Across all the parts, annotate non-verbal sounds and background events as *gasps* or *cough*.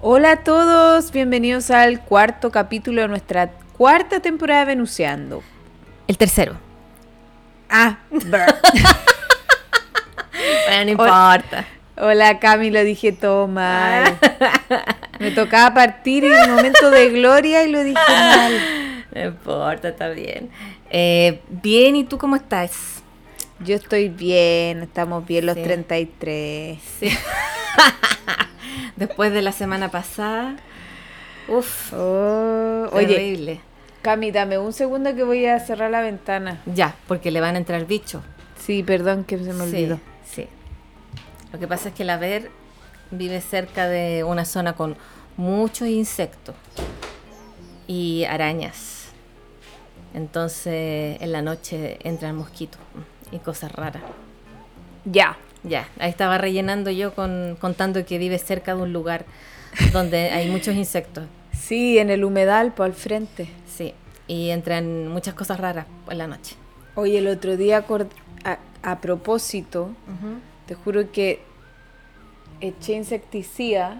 Hola a todos, bienvenidos al cuarto capítulo de nuestra cuarta temporada de Venuseando. El tercero. Ah, brr. Bueno, no Hola. importa. *laughs* hola Cami, lo dije todo mal. Ah. Me tocaba partir en el momento de gloria y lo dije Ah. mal. No importa, está bien. Eh, bien, ¿y tú cómo estás? Yo estoy bien, estamos bien los Sí. 33. Después de la semana pasada. Uf, Oh, oye, terrible. Cami, dame un segundo que voy a cerrar la ventana. Ya, porque le van a entrar bichos. Sí, perdón que se me Sí, olvidó. Sí, Lo que pasa es que la ver vive cerca de una zona con muchos insectos y arañas. Entonces, en la noche entran mosquitos y cosas raras. Ya. Ya, ahí estaba rellenando yo con, contando que vive cerca de un lugar *laughs* donde hay muchos insectos. Sí, en el humedal, por al frente. Sí, y entran muchas cosas raras en la noche. Oye, el otro día, acor- a, a propósito, te juro que eché insecticida,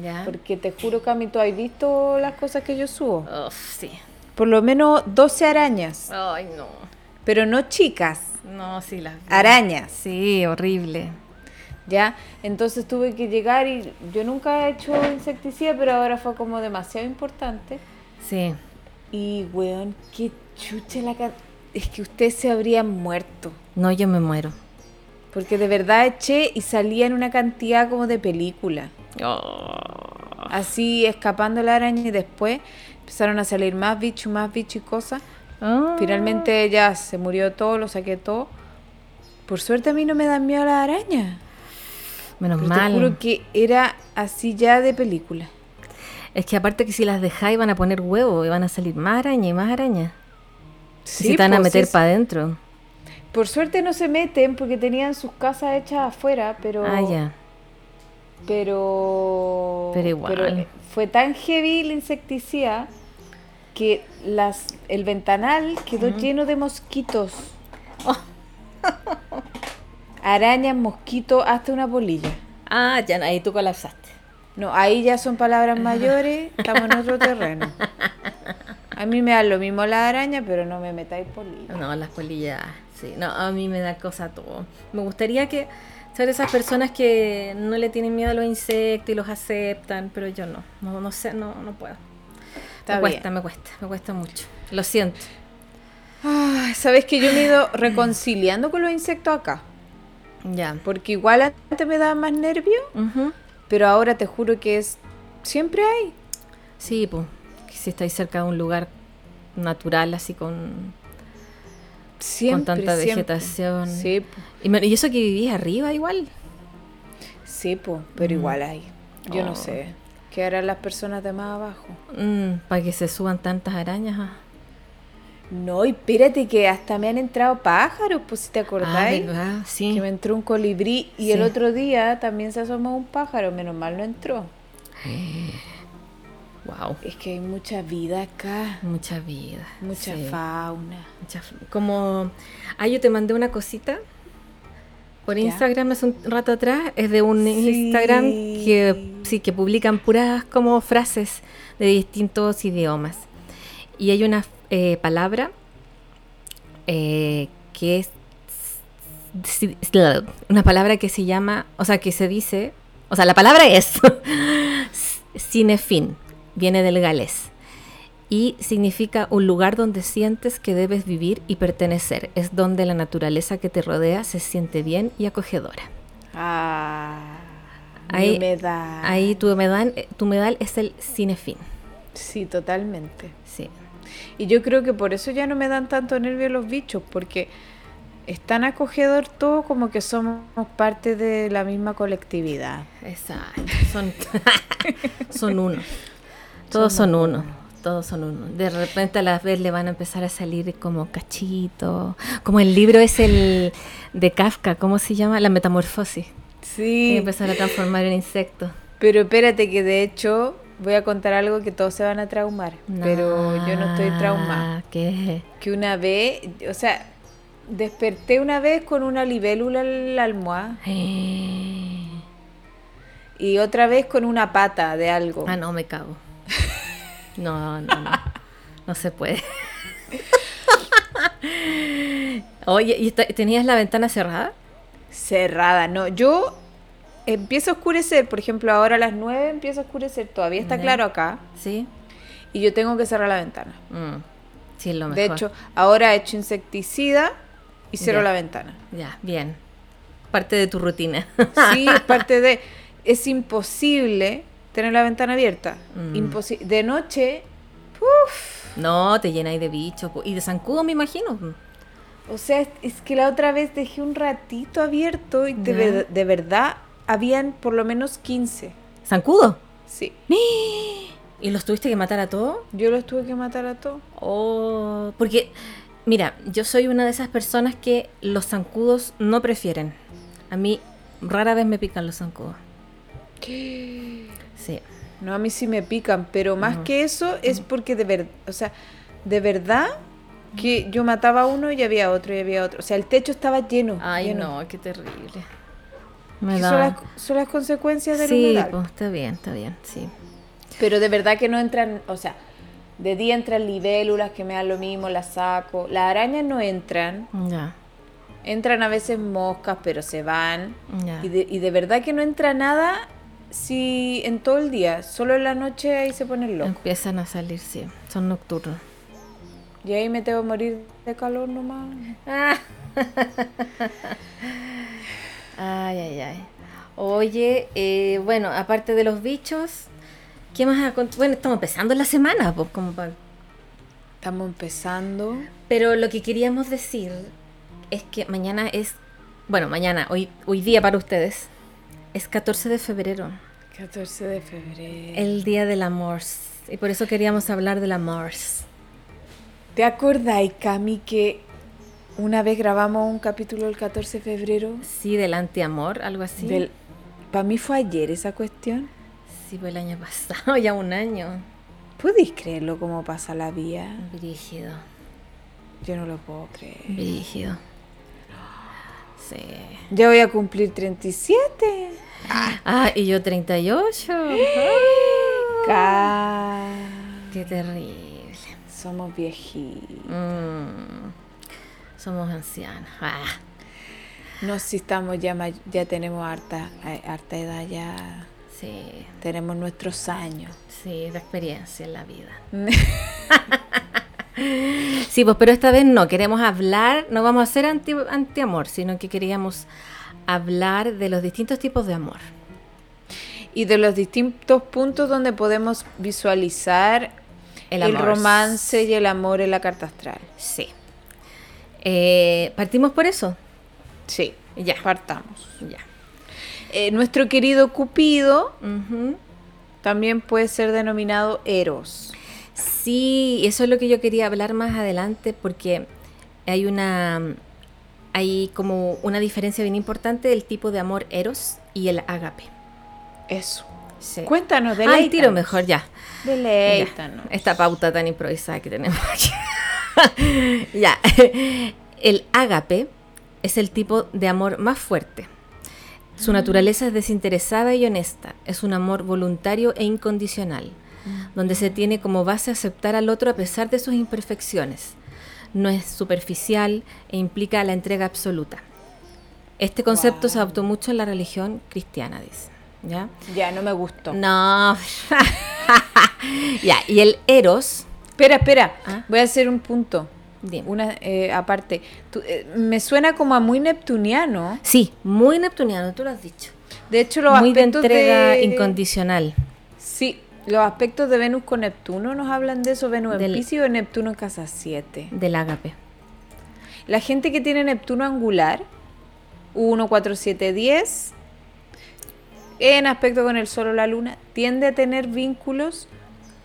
Ya. porque te juro, Cami, tú has visto las cosas que yo subo. Uf, sí. Por lo menos 12 arañas, Ay, no. pero no chicas, No, sí, las vi. arañas, Sí, horrible. ¿ya? Entonces tuve que llegar y yo nunca he hecho insecticida, pero ahora fue como demasiado importante. Sí. Y, weón, qué chucha la... ca- Es que usted se habría muerto. No, yo me muero. Porque de verdad eché y salía en una cantidad como de película. Oh. Así escapando la araña y después empezaron a salir más bichos, más bichos y cosas. Ah. Finalmente ya se murió todo, lo saqué todo. Por suerte a mí no me dan miedo las arañas. Menos Pero mal. te juro que era así ya de película. Es que aparte que si las dejáis van a poner huevo y van a salir más araña y más araña. y si te van a pues, meter sí, para adentro. Por suerte no se meten porque tenían sus casas hechas afuera, pero... Ah, ya. Pero. Pero igual. eh, fue tan heavy el insecticida que las, el ventanal quedó lleno de *laughs* mosquitos. Arañas, mosquitos, hasta una polilla. Ah, ya, ahí tú colapsaste. No, ahí ya son palabras mayores, estamos en otro terreno. A mí me da lo mismo la araña, pero no me metáis polilla. No, las polillas, sí. No, a mí me da cosa todo. Me gustaría que ser esas personas que no le tienen miedo a los insectos y los aceptan, pero yo no. No, no sé, no, no puedo. Está me bien. cuesta, me cuesta, me cuesta mucho. Lo siento. Ay, Sabes que yo me he ido reconciliando con los insectos acá. Ya. Porque igual antes me daba más nervio. Ujú. Pero ahora te juro que es. Siempre hay. Sí, pues, si estáis cerca de un lugar natural así con... Siempre. Con tanta siempre. vegetación. Sí, po. Y, me- y eso que vivís arriba igual. sí, po, pero igual hay. Yo Mm. Oh. no sé. ¿Qué harán las personas de más abajo? mm, para que se suban tantas arañas. ah. No, y espérate que hasta me han entrado pájaros, pues si te Ah, acordáis. ¿verdad? Sí. que me entró un colibrí y el Sí. otro día también se asomó un pájaro, menos mal no entró. Wow. Es que hay mucha vida acá, Mucha vida. mucha sí. fauna. Mucha f- Como, ah, yo te mandé una cosita por Ya. Instagram hace un rato atrás. Es de un Instagram que Sí. sí que publican puras como frases de distintos idiomas. Y hay una eh, palabra eh, que es si- una palabra que se llama, o sea, que se dice, o sea, la palabra es *laughs* cinefin, viene del galés y significa un lugar donde sientes que debes vivir y pertenecer. Es donde la naturaleza que te rodea se siente bien y acogedora. Ah, mi Ahí- humedad. Ahí tu humedal, eh, tu humedal es el cinefin. Sí, totalmente. Sí. Y yo creo que por eso ya no me dan tanto nervio los bichos, porque es tan acogedor todo como que somos parte de *laughs* la misma colectividad. Exacto. Son, son uno. Todos son uno, todos son uno. De repente a las vez le van a empezar a salir como cachitos, como el libro es el de Kafka, ¿cómo se llama? La metamorfosis. Y Sí, empezar a transformar en insecto. pues, pero espérate que de hecho voy a contar algo que todos se van a traumar, pero yo no estoy traumada. Ah, ¿Qué? Que una vez, o sea, desperté una vez con una libélula en la almohada Eh. y otra vez con una pata de algo. Ah, no, me *laughs* cago. No, no, no. No se puede. *laughs* Oye, ¿y esta- tenías la ventana cerrada? Cerrada, no. Yo empiezo a oscurecer, por ejemplo, ahora a las 9 empieza a oscurecer, todavía está Ya. claro acá Sí. y yo tengo que cerrar la ventana. Mm, Sí, lo mejor. De hecho, ahora he hecho insecticida y cierro Ya. la ventana. *laughs* Ya, bien. Parte de tu rutina. *laughs* Sí, es parte de... Es imposible tener la ventana abierta. Mm. Imposi- de noche, No, te llenáis de bichos. po. Y de zancudo, me imagino. o sea, es, es que la otra vez dejé un ratito abierto y de, Ya. ver- de verdad habían por lo menos 15. ¿Zancudo? Sí. ¿Y los tuviste que matar a todos? Yo los tuve que matar a *gasps* todos. *gasps* Oh, porque, mira, yo soy una de esas personas que los zancudos no prefieren. A mí rara vez me pican los zancudos. Sí. No, a mí sí me pican, pero más Ujú. que eso es porque de verdad, o sea, de verdad que yo mataba a uno y había otro y había otro. O sea, el techo estaba lleno. Ay, lleno. no, qué terrible. Que Me Son las, da... son las consecuencias del Sí, humedal. pues, está bien, está bien, sí. Pero de verdad que no entran, o sea, de día entran libélulas que me dan lo mismo, las saco. Las arañas no entran, Ya, entran a veces moscas, pero se van. ya. Y de, y de verdad que no entra nada si en todo el día, solo en la noche ahí se ponen loco. Empiezan a salir, sí. Son nocturnos. Y ahí me tengo que morir de calor nomás. Ah. Ay, ay, ay. Oye, eh, bueno, aparte de los bichos, ¿qué más? acon- Bueno, estamos empezando la semana, pues, como pa- Estamos empezando. Pero lo que queríamos decir es que mañana es, bueno, mañana, hoy, hoy día para ustedes, es 14 de febrero, 14 de febrero. el Día del Amor. Y por eso queríamos hablar del amor. ¿Te acordáis, Cami, que una vez grabamos un capítulo el 14 de febrero? Sí, del antiamor, algo así. Para mí fue ayer esa cuestión. Sí, fue el año pasado, *laughs* ya un año. ¿Podéis creerlo cómo pasa la vida? Brígido. Yo no lo puedo creer. Brígido. Sí. Ya voy a cumplir 37. Ah, y yo 38. Ca- Qué terrible. Somos viejitos. Mm. Somos ancianas. Ah. No, si estamos ya, may- ya tenemos harta, a- harta edad, ya Sí, tenemos nuestros años. sí, de experiencia en la vida. *laughs* Sí, pues, pero esta vez no, queremos hablar, no vamos a ser anti, amor sino que queríamos hablar de los distintos tipos de amor. y de los distintos puntos donde podemos visualizar el, amor. romance y el amor en la carta astral. Sí. Eh, Partimos por eso. Sí, Ya. partamos. Ya. Eh, nuestro querido Cupido Ujú. también puede ser denominado Eros. Sí, eso es lo que yo quería hablar más adelante porque hay una hay como una diferencia bien importante del tipo de amor eros y el agape. Eso. Sí. Cuéntanos, Ah, deleítanos. el tiro mejor ya. Deleítanos. Ya, Esta pauta tan improvisada que tenemos aquí. *laughs* ya. El ágape es el tipo de amor más fuerte. Su naturaleza es desinteresada y honesta. Es un amor voluntario e incondicional, donde se tiene como base aceptar al otro a pesar de sus imperfecciones. No es superficial e implica la entrega absoluta. Este concepto se Guau. adoptó mucho en la religión cristiana, dice. ¿Ya? Ya, no me gustó. No. *laughs* ya, y el Eros. Espera, espera. Ah. Voy a hacer un punto. dime. Una eh, aparte. Tú, eh, me suena como a muy neptuniano. Sí, muy neptuniano, tú lo has dicho. De hecho, los muy de aspectos entrega de- incondicional. Sí, los aspectos de Venus con Neptuno nos hablan de eso, Venus Del- en Piscis o Neptuno en casa 7. Del ágape. La gente que tiene Neptuno angular, 1, 4, 7, 10, en aspecto con el Sol o la Luna, tiende a tener vínculos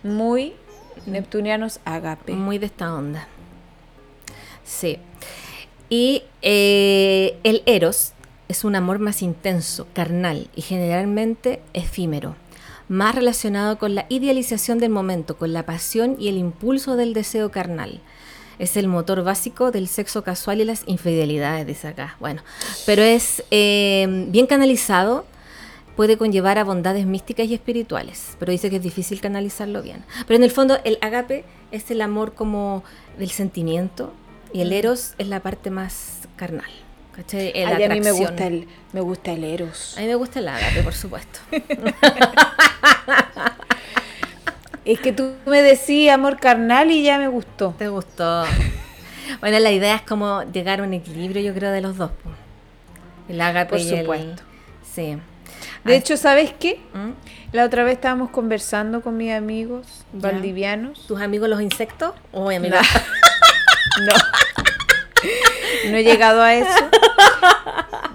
Muy neptunianos agape. Muy de esta onda. Sí. Y eh, el eros es un amor más intenso, carnal y generalmente efímero, más relacionado con la idealización del momento, con la pasión y el impulso del deseo carnal. Es el motor básico del sexo casual y las infidelidades, dice acá. Bueno, pero es eh, bien canalizado, puede conllevar a bondades místicas y espirituales, pero dice que es difícil canalizarlo bien. Pero en el fondo el agape es el amor como del sentimiento y el eros es la parte más carnal. ¿Cachai? El Mm. Ay, a mí me atracción. gusta el, me gusta el Eros. A mí me gusta el agape, *laughs* por supuesto. Es que tú me decís amor carnal y ya me gustó. Te gustó. Bueno, la idea es como llegar a un equilibrio, yo creo, de los dos. po. El agape Por y el- supuesto. Sí. De Ah, hecho, ¿sabes qué? ¿Mm? La otra vez estábamos conversando con mis amigos Ya. valdivianos. ¿Tus amigos los insectos? Uy, amiga. *laughs* No. No he llegado a eso.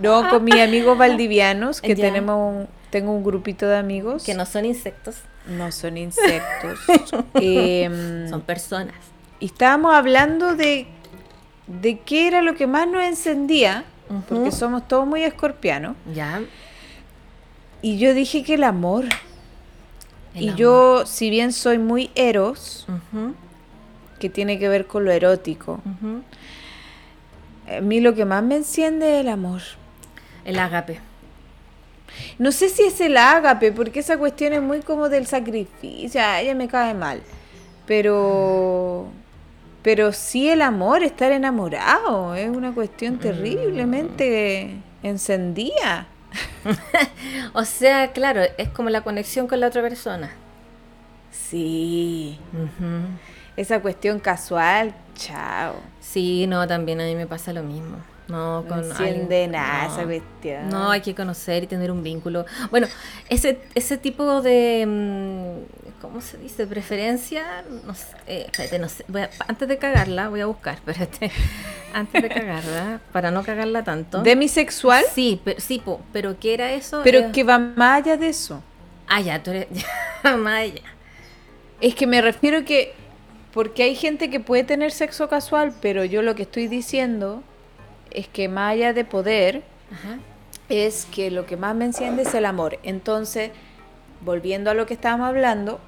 No, con mis amigos valdivianos, que Ya. tenemos un- tengo un grupito de amigos. Que no son insectos, No son insectos. *laughs* Em, son personas. y estábamos hablando de, de qué era lo que más nos encendía, porque Ujú. somos todos muy escorpianos. Ya. Y yo dije que el amor. El y amor. yo, si bien soy muy eros, Ujú, que tiene que ver con lo erótico, ujú. a mí lo que más me enciende es el amor. El agape. No sé si es el ágape, porque esa cuestión es muy como del sacrificio. ah, Ella me cae mal. Pero. Pero sí el amor, estar enamorado, es una cuestión terriblemente Mm. encendida. O sea, claro, es como la conexión con la otra persona. Sí. Ujú. Esa cuestión casual, chao. Sí, no, también a mí me pasa lo mismo. No, No con enciende alguien- nada esa no. cuestión. No, hay que conocer y tener un vínculo. Bueno, ese, ese tipo de. mm, ¿Cómo se dice? Preferencia. No sé, eh, espérate, no sé, voy a- antes de cagarla, voy a buscar, *laughs* espérate. Antes de cagarla, para no cagarla tanto. ¿Demisexual? Sí, pero, sí, po, pero ¿qué era eso? Pero Eh, que va más allá de eso. Ah, ya, tú eres. *laughs* Ya, Maya. Es que me refiero que. Porque hay gente que puede tener sexo casual, pero yo lo que estoy diciendo es que más allá de poder, Ajá. es que lo que más me enciende es el amor. Entonces, volviendo a lo que estábamos hablando,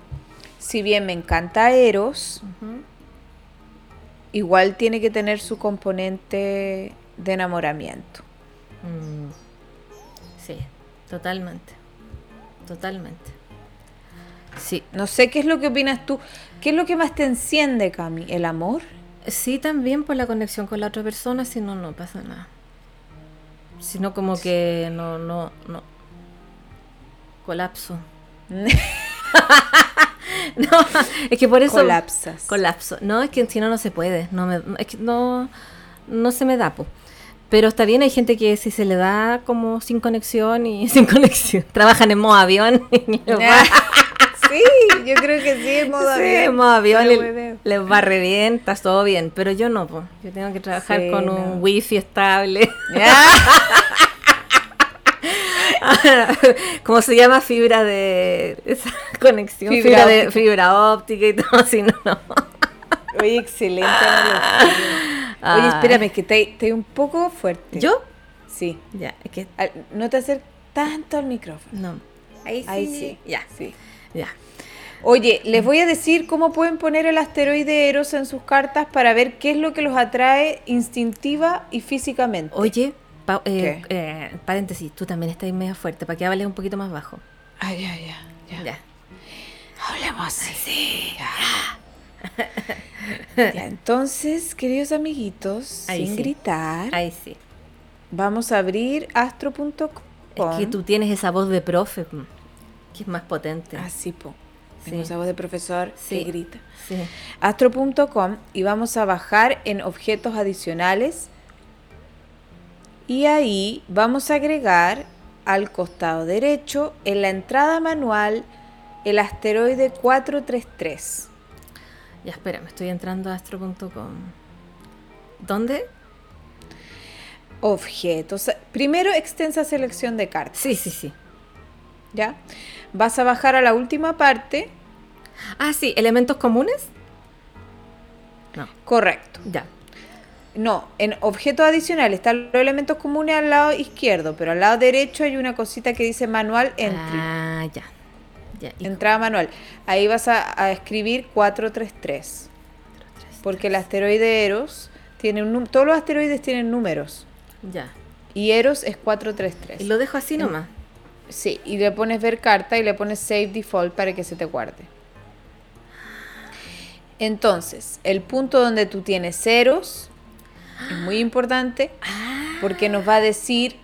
si bien me encanta Eros, ujú. igual tiene que tener su componente de enamoramiento. Mm, Sí, totalmente. Totalmente. Sí. No sé qué es lo que opinas tú. ¿Qué es lo que más te enciende, Cami? ¿El amor? Sí, también por la conexión con la otra persona, si no, no pasa nada. Sino como que no, no, no. Colapso. *laughs* No, es que por eso. Colapsas. Colapso. No, es que si no, no se puede. No, me, es que no, no se me da, po. Pero está bien, hay gente que si se le da como sin conexión y *laughs* sin conexión. Trabajan en modo avión. *laughs* y *laughs* les va- sí, yo creo que sí, Ah, en modo pues. *laughs* Sí, avión. en modo avión Pero le- *laughs* hueveo. les va re bien, está todo bien. Pero yo no, po. Yo tengo que trabajar Sí, con no. un *laughs* wifi estable. *laughs* ¿Cómo se llama fibra de *laughs* esa conexión? Fibra Fibra, de óptica. fibra óptica y todo, *laughs* si no. no. Oye, excelente analogía. Oye, Ay. espérame, que te, te un poco fuerte. Ah. ¿Yo? Sí. Ya, es que. Al- no te acerques tanto al micrófono. No. Ahí sí. Ya, Sí. ya. Oye, les voy a decir cómo pueden poner el asteroide Eros en sus cartas para ver qué es lo que los atrae instintiva y físicamente. Oye, pa- eh, eh, paréntesis, tú también estás medio fuerte, para que hables un poquito más bajo. Ay, ay, ay. ya. Ya. Hablemos así. *laughs* Ya, entonces, queridos amiguitos, Ahí sin sí. gritar, Ahí sí. vamos a abrir astro.com. Es que tú tienes esa voz de profe, mm, que es más potente. Así, po. Tengo Sí. esa voz de profesor que Sí. grita. Sí. Astro.com y vamos a bajar en objetos adicionales. Y ahí vamos a agregar al costado derecho, en la entrada manual, el asteroide 433. Ya, espera, me estoy entrando a astro.com. ¿Dónde? Objetos. Primero, extensa selección de cartas. Sí, sí, sí. ¿Ya? Vas a bajar a la última parte Ah, sí, elementos comunes. No, Correcto. ya. No, en objetos adicionales están los elementos comunes al lado izquierdo, pero al lado derecho hay una cosita que dice manual entry. Ah, ya. Ya, y- Entrada manual. Ahí vas a, a escribir 433. Porque el asteroide Eros tiene un num- todos los asteroides tienen números. ya. Y Eros es Y 433. lo dejo así nomás. Sí, y le pones ver carta y le pones save default para que se te guarde. Entonces, el punto donde tú tienes ceros es muy importante porque nos va a decir,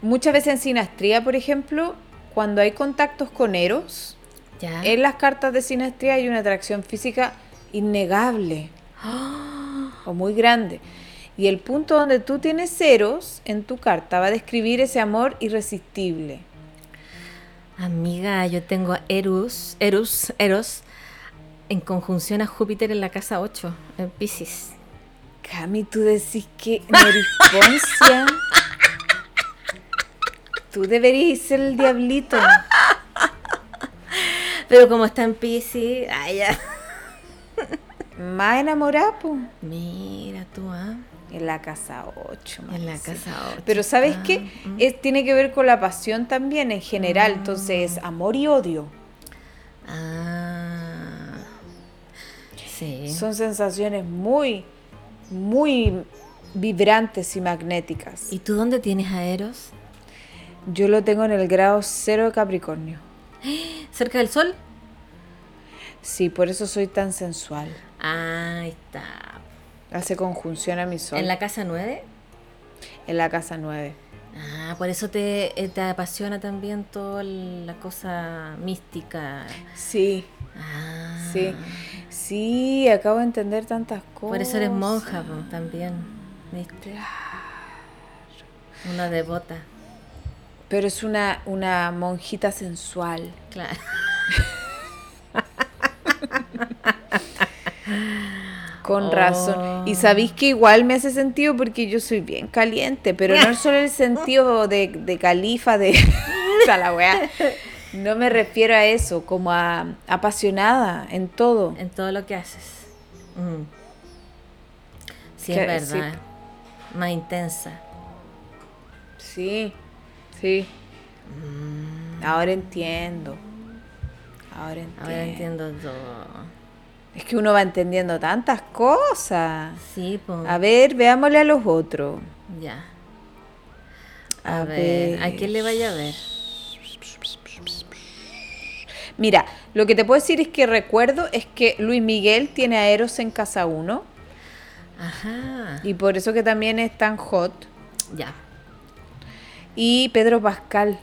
muchas veces en sinastría, por ejemplo, cuando hay contactos con eros, Ya. en las cartas de sinastría hay una atracción física innegable ¡Oh! o muy grande. Y el punto donde tú tienes ceros en tu carta va a describir ese amor irresistible. Amiga, yo tengo Eros, Eros, Eros en conjunción a Júpiter en la casa 8, en Pisces. Cami, tú decís que Neriponcia. tú deberías ser el diablito. Pero como está en Pisces, ay, ya. Más enamorada, po. Mira tú, ¿ah? En la casa 8. En la casa 8. Pero ¿sabes ah, qué? mm. Es, tiene que ver con la pasión también en general. Entonces, amor y odio Ah. Sí. son sensaciones muy, muy vibrantes y magnéticas. ¿Y tú dónde tienes a Eros? Yo lo tengo en el grado cero de Capricornio. ¿Cerca del sol? Sí, por eso soy tan sensual. Ahí está. Hace conjunción a mi sol. ¿En la casa 9? en la casa 9. Ah, por eso te, eh, te apasiona también toda la cosa mística. Sí, Ah, sí. Sí, acabo de entender tantas cosas. Por eso eres monja po, también, ¿viste? Una devota, Pero es una, una monjita sensual. claro. *laughs* Con Oh. razón. Y sabéis que igual me hace sentido porque yo soy bien caliente, pero no solo *laughs* el sentido de, de califa, de... *laughs* Puta la weá. No me refiero a eso, como a apasionada en todo. En todo lo que haces. Mm. Sí, Que- es sí. verdad. Más intensa. Sí, sí. Mm. Ahora entiendo. Ahora entiendo. Ahora entiendo todo. Es que uno va entendiendo tantas cosas. Sí, pues. A ver, veámosle a los otros. Ya. A A, ver, ¿a ver. quién le vaya a ver? Mira, lo que te puedo decir es que recuerdo es que Luis Miguel tiene a Eros en casa 1 Ajá. y por eso que también es tan hot. Ya. Y Pedro Pascal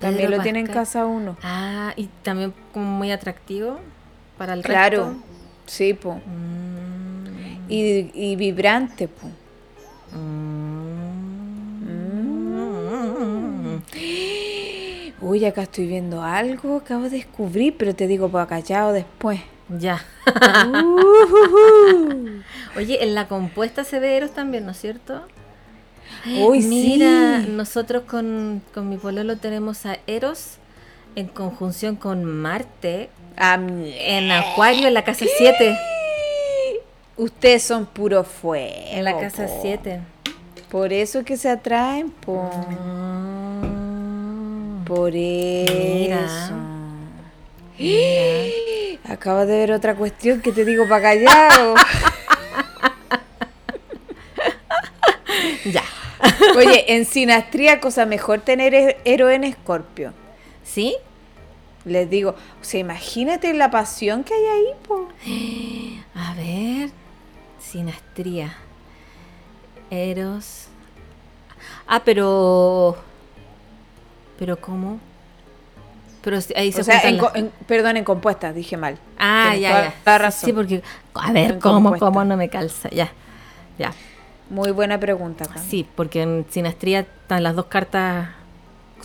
también Pedro lo tiene en Pascal. casa 1. Ah, y también como muy atractivo para el Claro, resto. sí, po. Mm. Y, y vibrante, po. Mm. Uy, acá estoy viendo algo, acabo de descubrir, pero te digo, para callado *laughs* después. Ya. Ujujú. Oye, en la compuesta se ve Eros también, ¿no es cierto? Uy, Mira, sí. nosotros con, con mi pololo tenemos a Eros en conjunción con Marte Ah, mie- en Acuario, en la casa 7. Ustedes son puro fuego. En la casa po. 7. Por eso es que se atraen, po. Ah. Por eso. *gasps* Acabas de ver otra cuestión que te digo para callado. Ya. Oye, en sinastría, cosa mejor tener he- héroe en escorpio. ¿Sí? Les digo, o sea, imagínate la pasión que hay ahí, po. A ver. Sinastría. Eros. Ah, pero. ¿Pero cómo? Pero si- ahí se O sea, juntan en las- co- en- perdón, en compuestas, dije mal. Ah, Tienes ya, toda ya. la Sí, razón. Sí, porque. A ver, En ¿cómo, compuesta. cómo no me calza? Ya. Ya. Muy buena pregunta, Cami. Sí, porque en sinastría están las dos cartas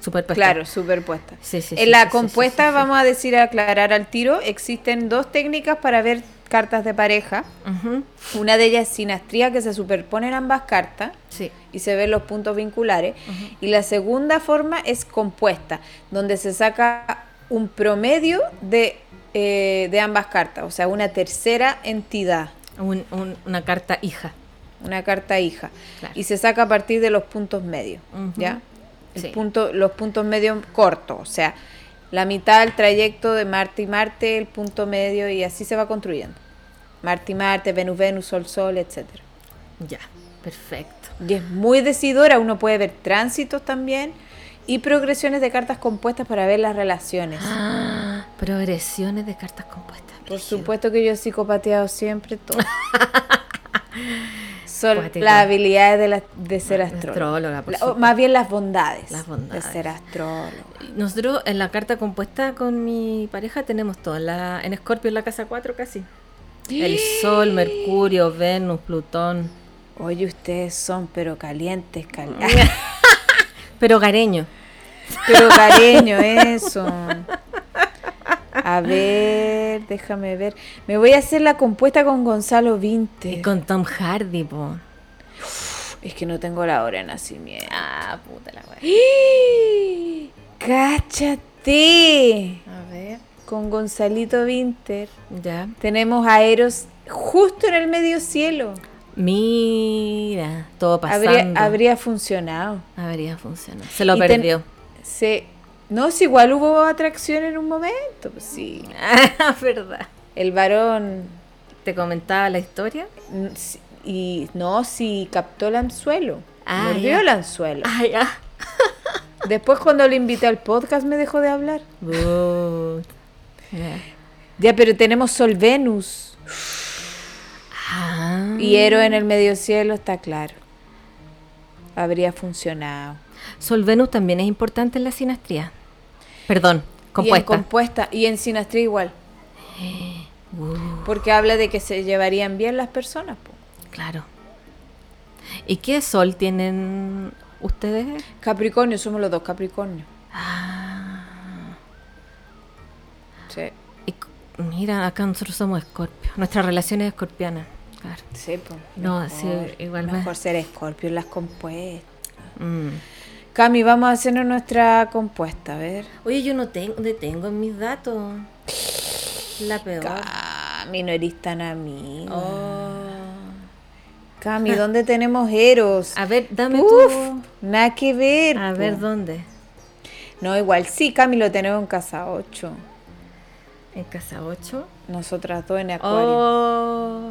superpuestas. Claro, superpuesta. Sí, sí, sí, en la sí, sí, compuesta, sí, sí. vamos a decir, aclarar al tiro, existen dos técnicas para ver cartas de pareja. Ujú, Una de ellas es sinastría, que se superponen ambas cartas Sí. y se ven los puntos vinculares. Y la segunda forma es compuesta, donde se saca un promedio de, eh, de ambas cartas, o sea, una tercera entidad, Un- un- una carta hija. una carta hija, Claro. y se saca a partir de los puntos medios, Ujú. ¿ya? El Sí. punto, los puntos medios cortos, o sea, la mitad del trayecto de Marte y Marte, el punto medio, y así se va construyendo. Marte y Marte, Venus, Venus, Sol, Sol, etcétera. Ya, perfecto. Y es muy decidora, uno puede ver tránsitos también y progresiones de cartas compuestas para ver las relaciones. Ah, progresiones de cartas compuestas. Por brígido. supuesto que yo he psicopateado siempre todo. *laughs* Son Cuático. las habilidades de, la- de ser De astrólogo. astróloga, por La- o supuesto. más bien las bondades, Las bondades. de ser astrólogo. Nosotros en la carta compuesta con mi pareja tenemos todo. En, la, en Scorpio, en la casa 4 casi. *gasps* El Sol, Mercurio, Venus, Plutón. Oye, ustedes son pero calientes, *laughs* cal- Pero gareño. *laughs* pero cariño, eso. A ver, déjame ver. Me voy a hacer la compuesta con Gonzalo Vinte. Y con Tom Hardy, po. Es que no tengo la hora de nacimiento. Ah, puta la wea. ¡Cáchate! A ver. Con Gonzalito Winter Ya. tenemos a Eros justo en el medio cielo. Mira, todo pasando. Habría, Habría, habría funcionado. funcionado. Se lo Y ten- perdió. Se, no, si igual hubo atracción en un momento. pues sí. *laughs* Ah, verdad. El varón. ¿Te comentaba la historia? mm, si- Y no, si captó el anzuelo. Ah, mordió ya. el anzuelo. Ah, ya. Después, cuando lo invité al podcast, me dejó de hablar. Bu- Ya. Ya, pero tenemos Sol Venus. Ah. Y héroe en el medio cielo, está claro. Habría funcionado. Sol Venus también es importante en la sinastría. Perdón, Y en compuesta. compuesta. Y en sinastría igual. Bu- Porque habla de que se llevarían bien las personas. po. claro. ¿Y qué sol tienen ustedes? Capricornio, somos los dos Capricornio. Ah. Sí, Y c- mira, acá nosotros somos escorpio. Nuestra relación es escorpiana. Claro. sí, po. No, Mejor- sí, igual me- Mejor ser escorpio en las compuestas. Mm. Cami, vamos a hacernos nuestra compuesta, a ver. Oye, yo no tengo, detengo en mis datos. La peor. Cami, no eres tan amiga. Oh. Cami, ¿dónde tenemos Eros? *laughs* A ver, dame Uf, tú. nada que ver. A po. ver, ¿dónde? No, igual sí, Cami lo tenemos en casa 8. En casa 8. Nosotras dos en Acuario. Oh.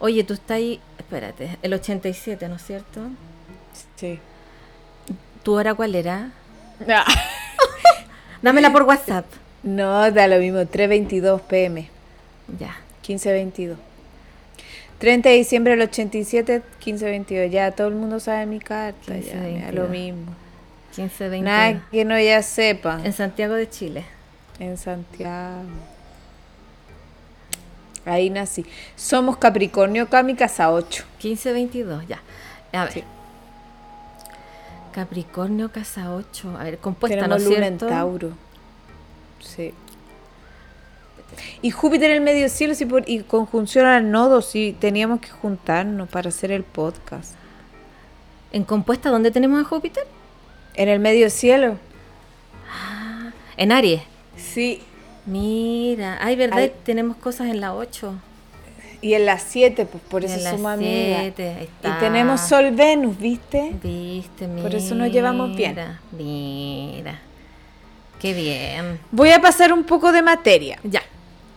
Oye, tú estás ahí, espérate, el 87, ¿no es cierto? Sí. ¿Tu hora cuál era? *laughs* Dámela por WhatsApp. No, da lo mismo. 3.22 pm. Ya. 15.22. 30 de diciembre del 87, 15.22. Ya todo el mundo sabe mi carta. Ya, me da 15.22. lo mismo. 15, 20. Nada que no ya sepa. En Santiago de Chile. En Santiago. Ahí nací. Somos Capricornio, Cami, casa 8. 15, 22, ya. A ver. Capricornio, casa 8. A ver, compuesta, ¿no Tenemos es luna cierto? en Tauro. Sí. Y Júpiter en el medio cielo sí, por- y conjunción al nodo, sí, teníamos que juntarnos para hacer el podcast. ¿En compuesta dónde tenemos a Júpiter? ¿En el medio cielo? En Aries. Sí. Mira, ay, ¿verdad? Ay. Tenemos cosas en la 8. Y en las 7, pues por Y eso en las somos amigas. siete, ahí Y está. tenemos Sol Venus, ¿viste? Viste, mira. Por eso nos llevamos bien. Mira. Qué bien. Voy a pasar un poco de materia. Ya.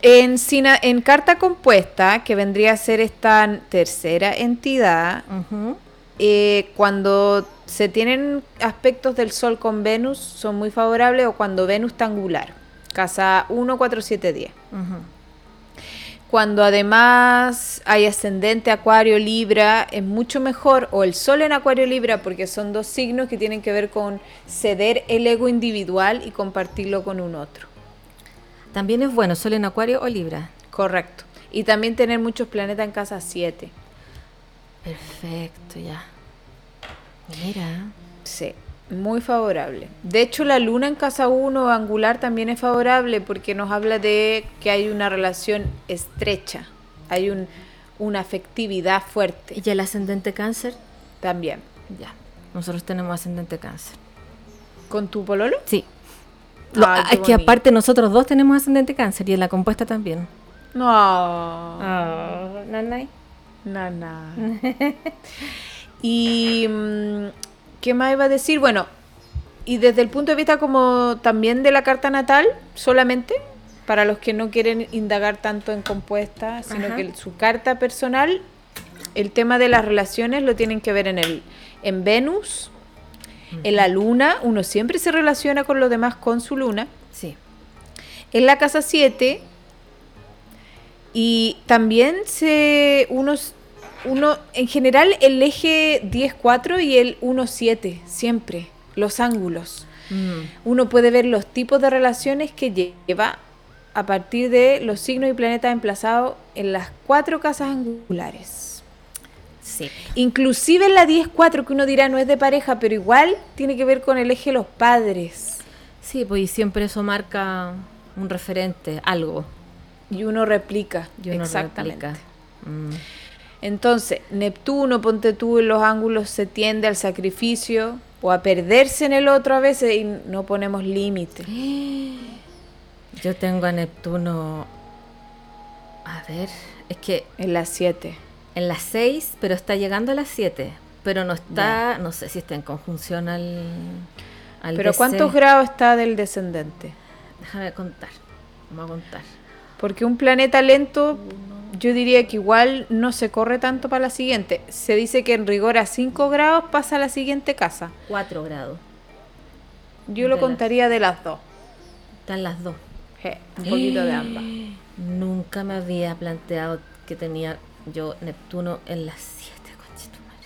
En, sina- en carta compuesta, que vendría a ser esta tercera entidad, Ujú. Eh, cuando se tienen aspectos del Sol con Venus son muy favorables o cuando Venus está angular, casa 1, 4, 7, 10. Ujú. Cuando además hay ascendente, acuario, libra, es mucho mejor, o el Sol en acuario, libra, porque son dos signos que tienen que ver con ceder el ego individual y compartirlo con un otro. También es bueno, sol en acuario o libra. Correcto. Y también tener muchos planetas en casa 7. Perfecto, ya. Mira. Sí, muy favorable. De hecho, la luna en casa 1 angular también es favorable porque nos habla de que hay una relación estrecha, hay un, una afectividad fuerte ¿Y el ascendente cáncer? también. Ya. Nosotros tenemos ascendente cáncer. ¿Con tu pololo? Sí. Lo- Ay, qué es que bonito. aparte nosotros dos tenemos ascendente cáncer y en la compuesta también. No. nanay. No, no. *laughs* y mm, qué más iba a decir, bueno, y desde el punto de vista como también de la carta natal, solamente para los que no quieren indagar tanto en compuesta, sino Ajá. que su carta personal, el tema de las relaciones lo tienen que ver en el en Venus, en la luna, uno siempre se relaciona con los demás con su luna Sí. en la casa 7 y también se unos uno en general el eje 10-4 y el 1-7 siempre los ángulos uno puede ver los tipos de relaciones que lleva a partir de los signos y planetas emplazados en las cuatro casas angulares Sí. inclusive en la 10-4 que uno dirá no es de pareja pero igual tiene que ver con el eje de los padres Sí, pues y siempre eso marca un referente, algo. y uno replica Y uno exactamente replica. Mm. Entonces, Neptuno, ponte tú en los ángulos, se tiende al sacrificio o a perderse en el otro a veces y no ponemos límite. Yo tengo a Neptuno. A ver, es que En las 7. en las 6, pero está llegando a las 7. Pero no está, no sé si está en conjunción al. al Pero DC. ¿cuántos grados está del descendente? Déjame contar. Vamos a contar. Porque un planeta lento, yo diría que igual no se corre tanto para la siguiente. Se dice que en rigor a 5 grados pasa a la siguiente casa. 4 grados. Yo lo De las- contaría de las dos. Están las dos. Je, un poquito de *gasps* ambas. Nunca me había planteado que tenía yo Neptuno en las 7, conchetumare.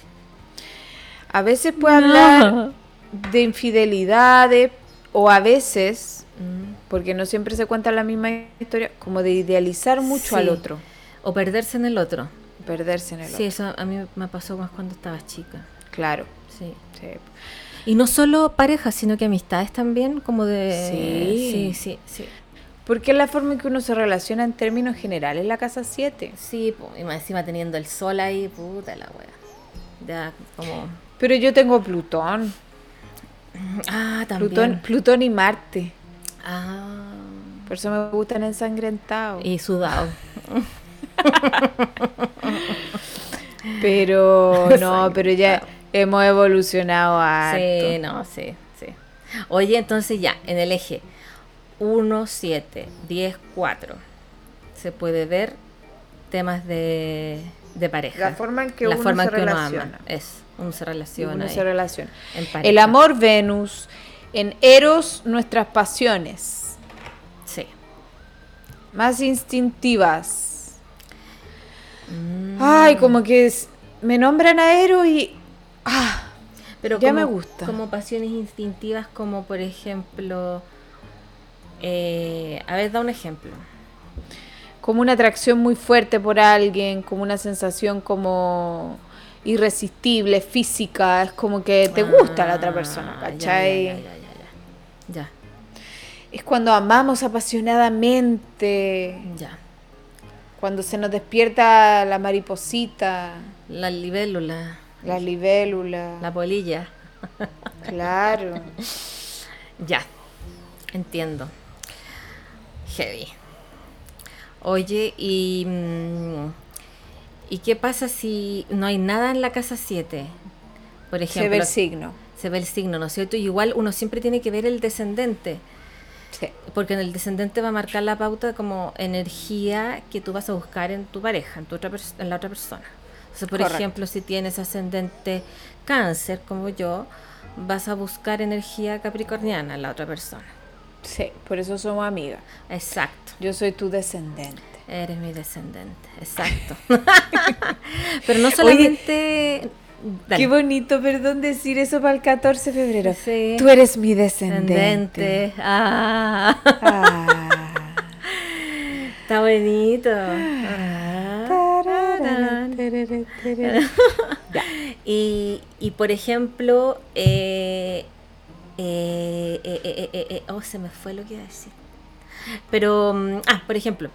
*laughs* A veces puede hablar de infidelidades o a veces Mm. porque no siempre se cuenta la misma historia, como de idealizar mucho al Sí. otro, O perderse en el otro. perderse en el Sí, otro. eso a mí me pasó más cuando estaba chica. Claro, Sí. sí. Y no solo parejas, sino que amistades también, como de... Sí. sí, sí, sí. Porque es la forma en que uno se relaciona en términos generales, la casa 7. Sí, po, y más encima teniendo el sol ahí, puta la wea. Ya, como... *clears throat* Pero yo tengo Plutón, Ah, también. Plutón, Plutón y Marte, Ah. por eso me gustan ensangrentados. Y sudado. *laughs* Pero no, pero ya hemos evolucionado harto. Sí, no, sí, sí. Oye, entonces ya, en el eje 1, 7, 10, 4, se puede ver temas de, de pareja. La forma en que uno se relaciona. Es, uno se Sí, relaciona. uno ahí, se relaciona. en El pareja. amor Venus, en Eros nuestras pasiones. Sí. más instintivas. Ay, como que es- me nombran a Ero y. Ah, Pero Ya como, me gusta. Como pasiones instintivas, como por ejemplo. eh, a ver, da un ejemplo. como una atracción muy fuerte por alguien, como una sensación como irresistible, física, es como que te gusta la otra persona, Ah, ya, ¿cachai? Ya, ya, ya, ya, ya. Es cuando amamos apasionadamente, Ya, ya. cuando se nos despierta la mariposita, La libélula, la libélula, la polilla. *laughs* claro. Ya, entiendo. Heavy. Oye, y. mm, ¿Y qué pasa si no hay nada en la casa 7? Por ejemplo, Se ve el signo. se ve el signo, ¿no es cierto? Y igual uno siempre tiene que ver el descendente, Sí. porque en el descendente va a marcar la pauta como energía que tú vas a buscar en tu pareja, en, tu otra pers- en la otra persona. Entonces, por Correcto. ejemplo, si tienes ascendente cáncer, como yo, vas a buscar energía capricorniana en la otra persona. Sí, por eso somos amigas. Exacto. Yo soy tu descendente. Eres mi descendente, exacto. Pero no solamente... Dale. Qué bonito, perdón, decir eso para el 14 de febrero. Sí. Tú eres mi descendente. Descendente. Ah. *laughs* Ah. Está bonito. Ah. Tararara, tarara, tarara. Y, y, por ejemplo, eh, eh, eh, eh, eh, eh, oh, se me fue lo que iba a decir. Pero, mm, ah, por ejemplo,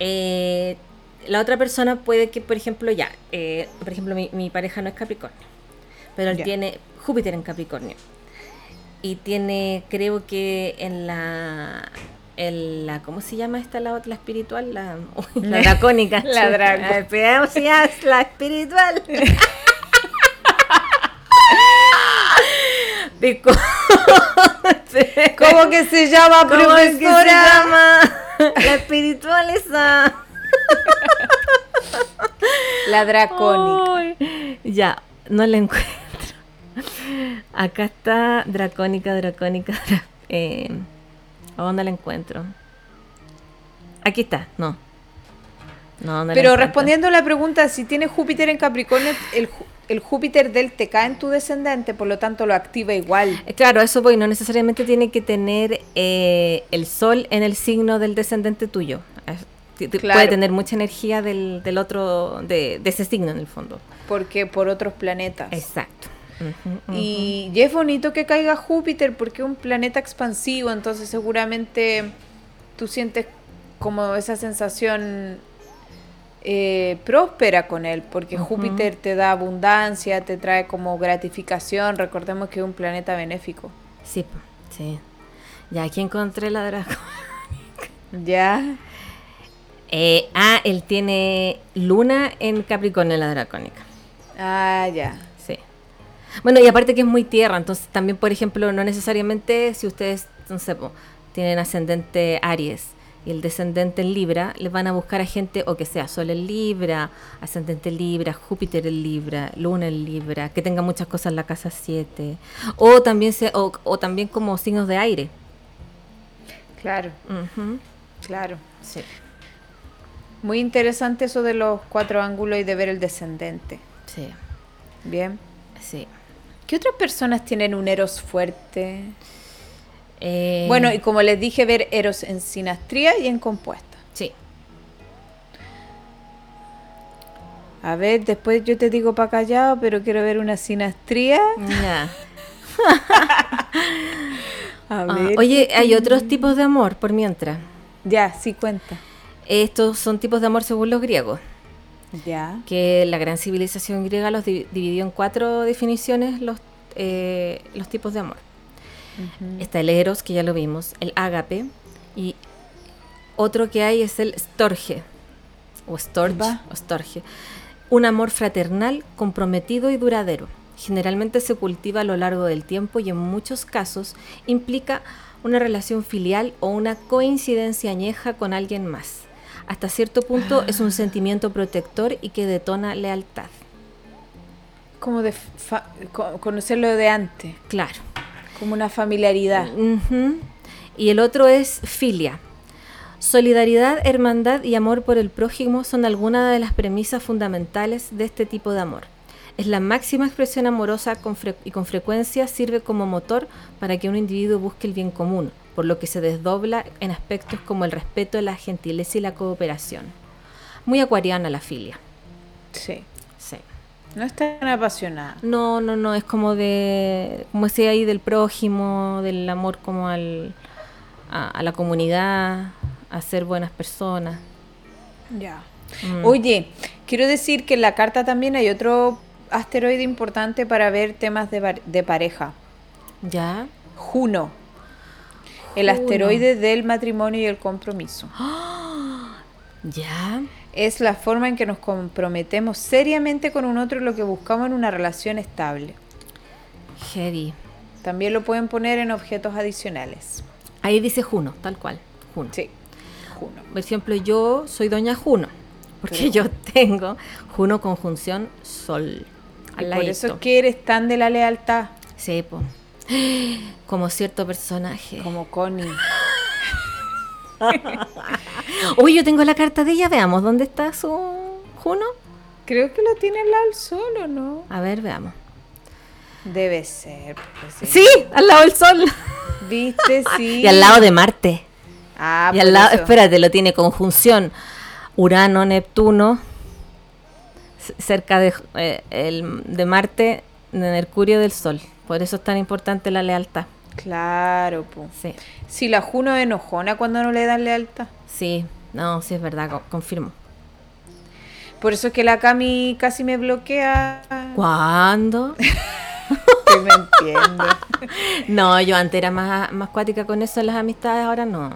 eh, la otra persona puede que, por ejemplo, ya, eh, por ejemplo, mi, mi pareja no es Capricornio, pero él Ya. tiene Júpiter en Capricornio. y tiene, creo que en la, en la ¿cómo se llama esta la otra, la espiritual? La, *laughs* *laughs* uy, la dracónica. *laughs* La draco. Esperamos ya, la espiritual. De co- *laughs* ¿Cómo que se llama, ¿Cómo profesora? es que se llama? *laughs* La espiritual esa. La Oh. dracónica. Ay, Ya, no la encuentro. Acá está Dracónica, Dracónica. dra- Eh, ¿A dónde la encuentro? Aquí está, no. No, no la Pero encuentro. respondiendo a la pregunta, si tienes Júpiter en Capricornio, el, Ju- el Júpiter del te cae en tu descendente, por lo tanto lo activa igual. Eh, Claro, eso voy, no necesariamente tiene que tener eh, el sol en el signo del descendente tuyo. Es- t- t- Claro. Puede tener mucha energía del, del otro, de, de ese signo en el fondo. Porque por otros planetas. Exacto. Ujú, ujú. Y, y es bonito que caiga Júpiter porque es un planeta expansivo, entonces seguramente tú sientes como esa sensación eh, próspera con él, porque Ujú. Júpiter te da abundancia, te trae como gratificación, recordemos que es un planeta benéfico. Sí, po, sí. Ya aquí encontré la dragón. Ya, Eh, ah, él tiene luna en Capricornio, la dracónica. ah, ya. Sí. Bueno, y aparte que es muy tierra, entonces también, por ejemplo, no necesariamente si ustedes, no sé, po, tienen ascendente Aries y el descendente en Libra, les van a buscar a gente o que sea Sol en Libra, ascendente en Libra, Júpiter en Libra, Luna en Libra, que tenga muchas cosas en la casa 7. O también, se, o, o también como signos de aire. Claro, Ujú, claro. Sí. Muy interesante eso de los cuatro ángulos y de ver el descendente. Sí. Bien. Sí. ¿Qué otras personas tienen un Eros fuerte? Eh, Bueno, y como les dije, ver Eros en sinastría y en compuesta. sí. A ver, después yo te digo para callado, pero quiero ver una sinastría. Ya. A Ah, ver. oye, hay otros tipos de amor, por mientras. Ya, sí cuenta. Estos son tipos de amor según los griegos, Ya. que la gran civilización griega los di- dividió en cuatro definiciones los, eh, los tipos de amor. Ujú. Está el eros, que ya lo vimos, el ágape, y otro que hay es el storge, o storge, Va. o storge. Un amor fraternal, comprometido y duradero. Generalmente se cultiva a lo largo del tiempo y en muchos casos implica una relación filial o una coincidencia añeja con alguien más. Hasta cierto punto es un sentimiento protector y que detona lealtad. Como de fa- co- conocerlo de antes, Claro. como una familiaridad. Ujú. Y el otro es filia. Solidaridad, hermandad y amor por el prójimo son algunas de las premisas fundamentales de este tipo de amor. Es la máxima expresión amorosa con fre- y con frecuencia sirve como motor para que un individuo busque el bien común, por lo que se desdobla en aspectos como el respeto, la gentileza y la cooperación. Muy acuariana la filia. Sí. Sí. No es tan apasionada. No, no, no, es como de, como decía ahí, del prójimo, del amor como al, a, a la comunidad, a ser buenas personas. Ya. Mm. Oye, quiero decir que en la carta también hay otro asteroide importante para ver temas de, var- de pareja. ¿Ya? *gasps* Juno. El Juno. asteroide del matrimonio y el compromiso. ¿Ya? Es la forma en que nos comprometemos seriamente con un otro y lo que buscamos en una relación estable. Heavy. También lo pueden poner en objetos adicionales. Ahí dice Juno, tal cual, Juno. Sí, Juno. Por ejemplo, yo soy doña Juno, porque Pero- yo tengo Juno conjunción sol. Y Al por ladito. eso es que eres tan de la lealtad Sí, po. *gasps* Como cierto personaje. como Connie. *gasps* Uy, yo tengo la carta de ella, veamos, ¿dónde está su Juno? Creo que lo tiene al lado el sol, ¿o no? A ver, veamos. Debe ser. porque Sí, al lado del sol. *laughs* ¿Viste? Sí. Y al lado de Marte. Ah, y al por lado, eso. espérate, lo tiene conjunción Urano, Neptuno, c- cerca de, eh, el- de Marte, de Mercurio, del Sol. Por eso es tan importante la lealtad. Claro, pues. Sí, Si la Juno es enojona cuando no le dan lealtad. sí, no, sí es verdad, co- confirmo. Por eso es que la Cami casi me bloquea. *laughs* ¿Cuándo? Que me entiende. No, yo antes era más, más cuática con eso en las amistades, ahora no.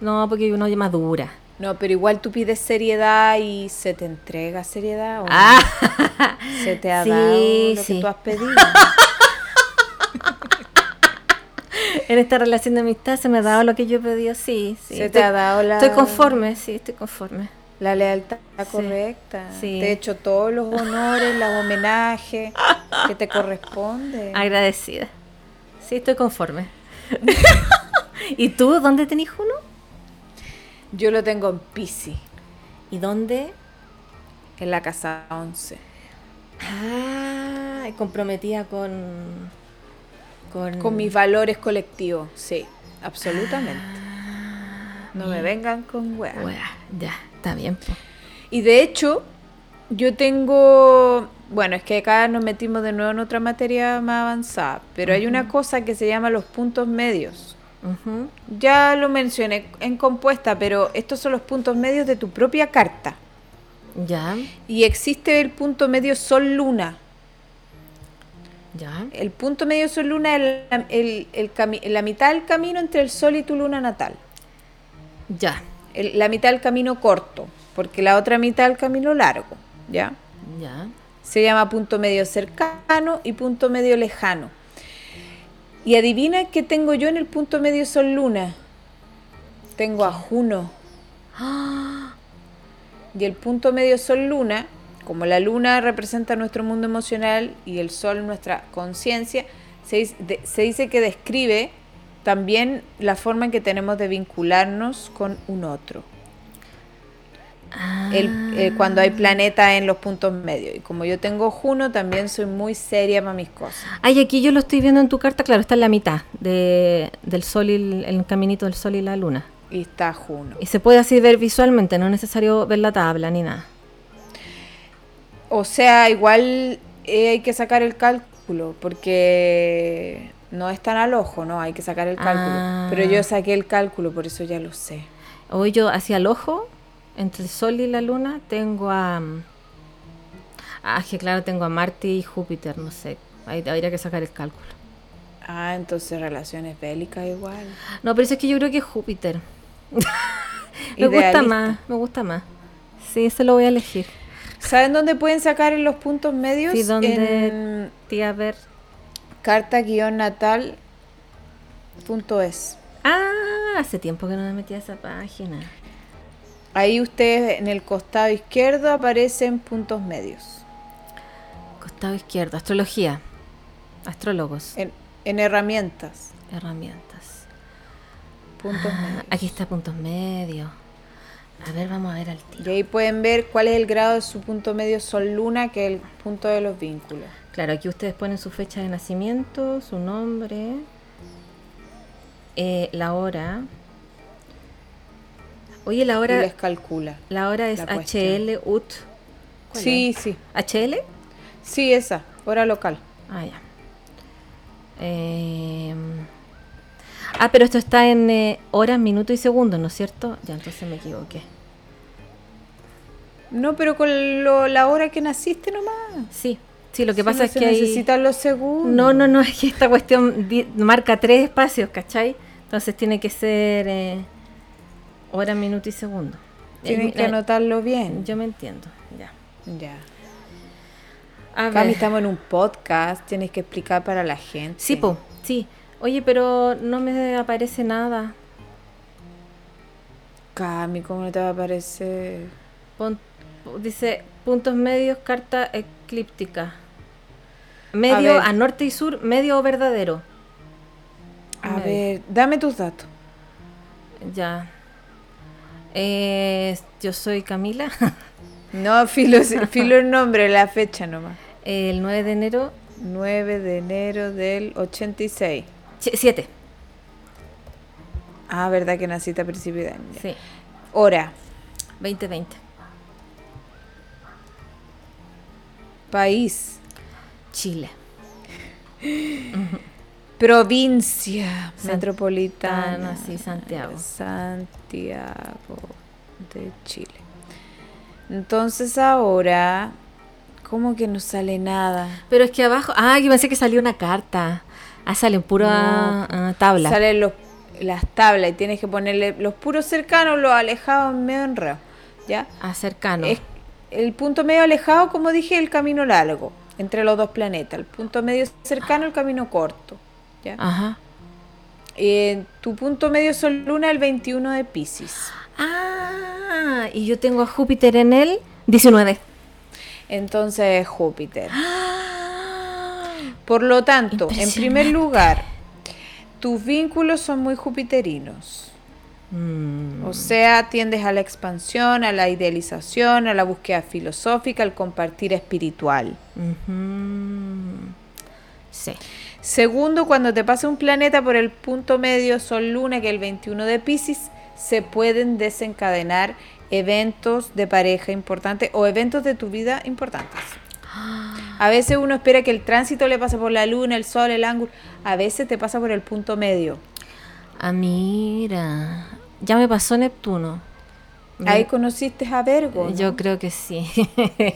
No, porque uno ya madura. No, pero igual tú pides seriedad y se te entrega seriedad. ¿o no? Ah, Oh. se te ha sí, dado lo que sí. tú has pedido. *laughs* en esta relación de amistad se me ha dado lo que yo pedía, sí. sí. Se te ha dado la- Estoy conforme, sí, estoy conforme. La lealtad correcta. sí. Te he hecho todos los honores, los homenajes que te corresponde. Agradecida. Sí, estoy conforme. *laughs* ¿Y tú dónde tenés uno? Yo lo tengo en Pisces, ¿Y dónde? en la casa 11. Ah, comprometida con. Con, Con mis valores colectivos, sí, Ah, absolutamente. No me vengan con weas. Wea, ya, está bien. po. Y de hecho, yo tengo. Bueno, es que acá nos metimos de nuevo en otra materia más avanzada, pero hay una cosa que se llama los puntos medios. Ujú. Ya lo mencioné en compuesta, pero estos son los puntos medios de tu propia carta. Ya, Y existe el punto medio Sol-Luna. ya. El punto medio Sol-Luna es la, el- el cami- la mitad del camino entre el Sol y tu Luna natal. Ya, El- la mitad del camino corto, porque la otra mitad del camino largo, ¿ya? ya. Se llama punto medio cercano y punto medio lejano. Y adivina qué tengo yo en el punto medio Sol Luna. Tengo a Juno. Y el punto medio Sol Luna, como la Luna representa nuestro mundo emocional y el Sol nuestra conciencia, se, dice- de- se dice que describe también la forma en que tenemos de vincularnos con un otro el- Ah. eh, cuando hay planetas en los puntos medios. Y como yo tengo Juno, también soy muy seria para mis cosas. Ay, aquí yo lo estoy viendo en tu carta, claro, está en la mitad de, del sol y el, el caminito del sol y la luna. Y está Juno. Y se puede así ver visualmente, no es necesario ver la tabla ni nada. O sea, igual eh, hay que sacar el cálculo, porque no es tan al ojo, ¿no? Hay que sacar el cálculo. Ah. Pero yo saqué el cálculo, por eso ya lo sé. Hoy yo hacia el ojo, entre el sol y la luna, tengo a... Ah, es que claro, tengo a Marte y Júpiter, no sé. Ahí habría que sacar el cálculo. Ah, entonces relaciones bélicas igual. No, pero eso es que yo creo que es Júpiter. *laughs* me gusta Idealista. más, me gusta más. Sí, ese lo voy a elegir. ¿Saben dónde pueden sacar en los puntos medios? Sí, ¿dónde? En Tía, a ver. carta-natal.es. Ah, hace tiempo que no me metí a esa página. Ahí ustedes en el costado izquierdo aparecen puntos medios. Costado izquierdo, astrología. Astrólogos. En, en herramientas, Herramientas. puntos Ah, medios. aquí está puntos medios. A ver, vamos a ver al Y tiro. ahí pueden ver cuál es el grado de su punto medio sol-luna, que es el punto de los vínculos. Claro, aquí ustedes ponen su fecha de nacimiento, su nombre, eh, la hora. Oye, la y hora, les calcula. la hora es la cuestión. HL UT. ¿Cuál Sí, sí. ¿HL? Sí, esa, hora local. Ah, ya. Eh, ah, pero esto está en eh, horas, minutos y segundos, ¿no es cierto? Ya, entonces me equivoqué. No, pero con lo- la hora que naciste nomás. Sí, sí, lo que Si pasa no es se que hay- necesitan los segundos. No, no, no, es que esta cuestión di- marca tres espacios, ¿cachai? Entonces tiene que ser eh, hora, minuto y segundo. Eh, Tienen que eh, anotarlo bien. Yo me entiendo, ya. Ya. A Cami, ver. estamos en un podcast, tienes que explicar para la gente. Sí, po, sí. Oye, pero no me aparece nada. Cami, ¿cómo no te va a aparecer? Pon- dice puntos medios, carta eclíptica. Medio ver. a, norte y sur, medio o verdadero. A Me ver, dame tus datos. Ya. Eh, yo soy Camila. *laughs* No, filo, *laughs* filo el nombre, la fecha nomás. El 9 de enero, 9 de enero del 86. 7. Ah, verdad que naciste a principio de año. Sí, Hora, 2020. país, Chile. provincia, San- metropolitana. Ah, no, sí, Santiago. Santiago de Chile. Entonces ahora, ¿Cómo que no sale nada? Pero es que abajo. Ah, yo pensé que salió una carta. Ah, salen pura No, ah, tabla. Salen los, las tablas y tienes que ponerle los puros cercanos, los alejados medio enreo. ¿Ya? Ah, cercano. Es el punto medio alejado, como dije, el camino largo entre los dos planetas. El punto medio cercano, el camino corto. ¿ya? Ajá. Eh, tu punto medio sol luna, el 21 de Pisces. Ah, y yo tengo a Júpiter en el 19. Entonces, Júpiter. Ah, Por lo tanto, en primer Impresionante. lugar, tus vínculos son muy jupiterinos. Mm, O sea, tiendes a la expansión, a la idealización, a la búsqueda filosófica, al compartir espiritual. ujú. Sí. Segundo, cuando te pasa un planeta por el punto medio Sol-Luna, que es el 21 de Pisces, se pueden desencadenar eventos de pareja importantes o eventos de tu vida importantes. Ah. A veces uno espera que el tránsito le pase por la luna, el sol, el ángulo. A veces te pasa por el punto medio. Ah, mira. Ya me pasó Neptuno. Ahí conociste a Vergo. ¿no? Yo creo que sí.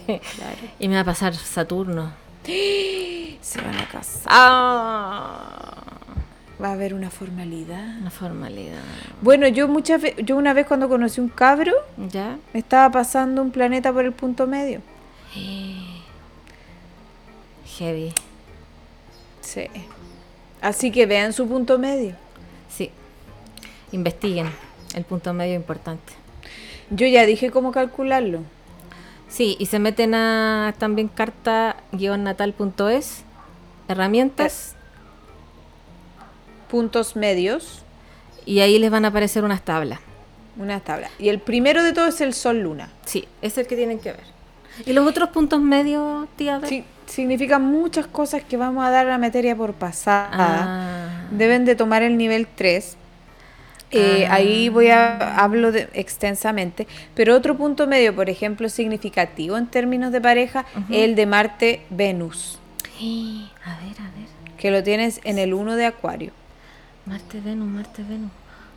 *laughs* y me va a pasar Saturno. Se van a casar. Ah, Va a haber una formalidad. una formalidad. Bueno, yo muchas ve- yo una vez cuando conocí un cabro, ¿Ya? me estaba pasando un planeta por el punto medio. Heavy. Sí. Así que vean su punto medio. Sí. Investiguen. El punto medio importante. Yo ya dije cómo calcularlo. Sí, y se meten a también carta-natal.es, herramientas, Puntos medios, y ahí les van a aparecer unas tablas. una tabla. Y el primero de todo es el sol-luna. Sí, es el que tienen que ver. ¿Y los otros puntos medios, tía? Bel? Sí, significa muchas cosas que vamos a dar a la materia por pasada. Ah, Deben de tomar el nivel 3. Eh, Ah. Ahí voy a hablo de- extensamente. Pero otro punto medio, por ejemplo, significativo en términos de pareja, es el de Marte-Venus, Eh, *gasps* a ver, a ver. que lo tienes en el 1 de Acuario, Marte, Venus, Marte, Venus.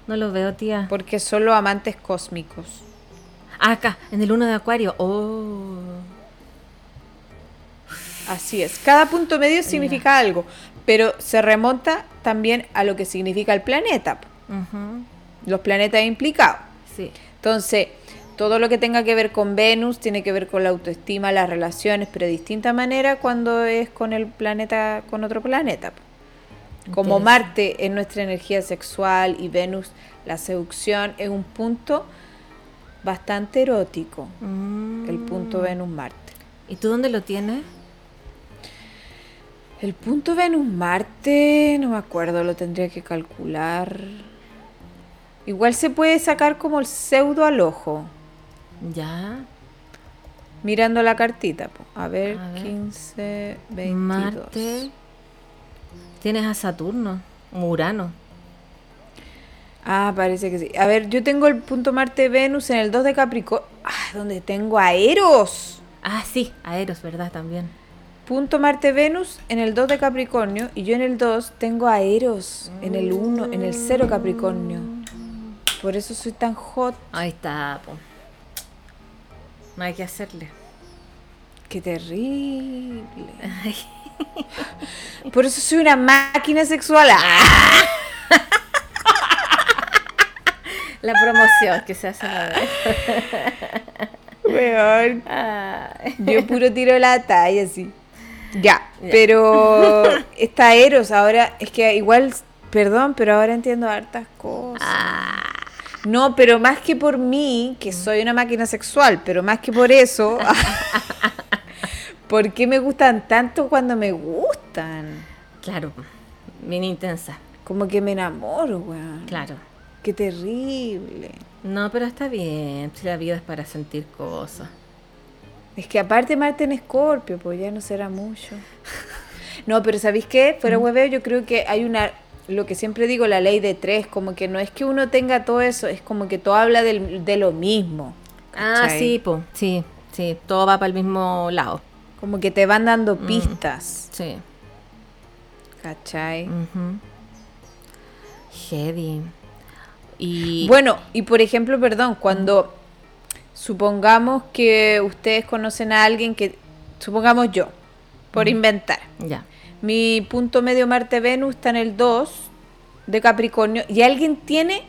No lo veo, tía. porque son los amantes cósmicos. Ah, acá, en el 1 de Acuario. Oh. Así es. Cada punto medio significa algo, pero se remonta también a lo que significa el planeta, po, Ujú, los planetas implicados. Sí. Entonces, todo lo que tenga que ver con Venus tiene que ver con la autoestima, las relaciones, pero de distinta manera cuando es con el planeta, con otro planeta. po. Como Interesante. Marte es nuestra energía sexual y Venus la seducción, es un punto bastante erótico, Mm. el punto Venus-Marte. ¿Y tú dónde lo tienes? El punto Venus Marte, no me acuerdo, lo tendría que calcular. Igual se puede sacar como el pseudo al ojo, Ya. mirando la cartita. po. A ver, A ver. 15, 22. Marte. Tienes a Saturno, Urano. Ah, parece que sí. A ver, yo tengo el punto Marte Venus en el 2 de Capricornio. Ah, donde tengo a Eros. Ah, sí, a Eros, ¿verdad? También. Punto Marte Venus en el 2 de Capricornio y yo en el 2 tengo a Eros en el 1, en el 0 Capricornio. Por eso soy tan hot. Ahí está, po. No hay que hacerle. Qué terrible. *laughs* Por eso soy una máquina sexual. ¡Ah! La promoción que *laughs* se hace la vez. Weón. Ay. Yo puro tiro la talla así. Ya, pero está Eros ahora. Es que igual, perdón, pero ahora entiendo hartas cosas. Ah, No, pero más que por mí, que soy una máquina sexual, pero más que por eso, *laughs* ¿por qué me gustan tanto cuando me gustan? Claro, bien intensa, Como que me enamoro, weón. claro. Qué terrible. No, pero está bien, si la vida es para sentir cosas. Es que aparte Marte en Escorpio, pues ya no será mucho. No, pero ¿sabéis qué? Fuera hueveo, yo creo que hay una, lo que siempre digo, la ley de tres, como que no es que uno tenga todo eso, es como que todo habla del- de lo mismo. Ah, ¿cachai? sí, po, sí, sí, todo va para el mismo lado. Como que te van dando Mm. pistas, Sí. ¿cachai? ujú. Heavy. Y Bueno, y por ejemplo, perdón, cuando supongamos que ustedes conocen a alguien que supongamos yo, por inventar. Ya. Mi punto medio Marte-Venus está en el 2 de Capricornio. Y alguien tiene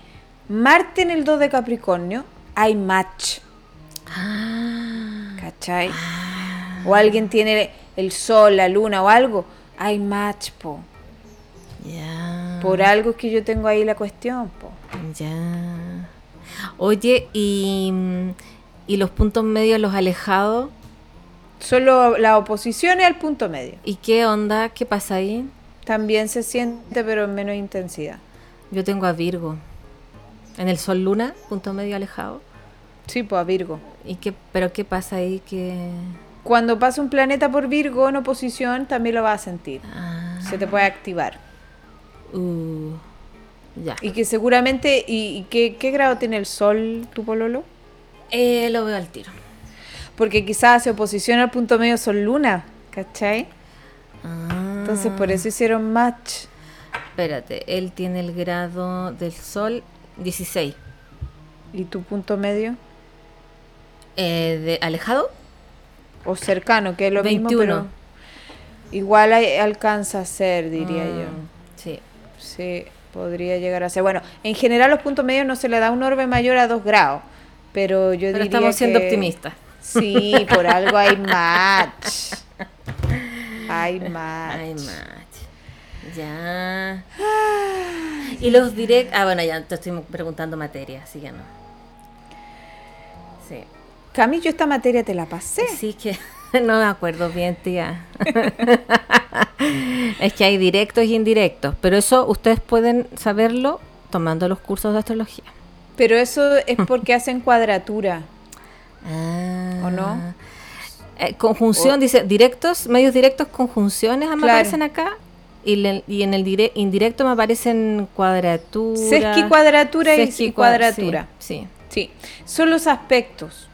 Marte en el 2 de Capricornio, hay match. ¿Cachai? O alguien tiene el sol, la luna o algo, hay match, po. Ya. Por algo es que yo tengo ahí la cuestión, po. Ya. Oye, y, mm, y los puntos medios, los alejados. Solo la oposición es al punto medio. ¿Y qué onda? ¿Qué pasa ahí? También se siente, pero en menos intensidad. Yo tengo a Virgo. En el Sol Luna, punto medio alejado. Sí, pues a Virgo. ¿Y qué, pero qué pasa ahí que Cuando pasa un planeta por Virgo en oposición, también lo vas a sentir. ah, Se te puede activar. uh, ya. Y que seguramente. ¿Y, y qué, qué grado tiene el sol, tu pololo? Eh, lo veo al tiro. Porque quizás hace oposición al punto medio sol luna, ¿cachai? Ah, Entonces pues, por eso hicieron match. espérate, él tiene el grado del Sol 16. ¿Y tu punto medio? Eh, de alejado O cercano, que es lo mismo, 21. pero. Igual ahí alcanza a ser, diría Mm, yo. Sí. Sí, podría llegar a ser. Bueno, en general los puntos medios no se le da un orbe mayor a 2 grados, pero yo Pero diría estamos siendo que- optimistas. Sí, por algo hay match. Hay match. Ay, mach. Ya. Y los direct. Ah, bueno, ya te estoy preguntando materia, así que no. Sí. Cami, yo esta materia te la pasé. Sí, que *laughs* no me acuerdo bien, tía. es que hay directos y indirectos, pero eso ustedes pueden saberlo tomando los cursos de astrología. Pero eso es porque hacen cuadratura. Ah. ¿O no? Eh, conjunción, dice, directos, medios directos, conjunciones ah, me Claro. aparecen acá. Y, le- y en el dire- indirecto me aparecen cuadratura. Sesquicuadratura y- y cuadra- cuadratura. Sí. sí. Sí, son los aspectos.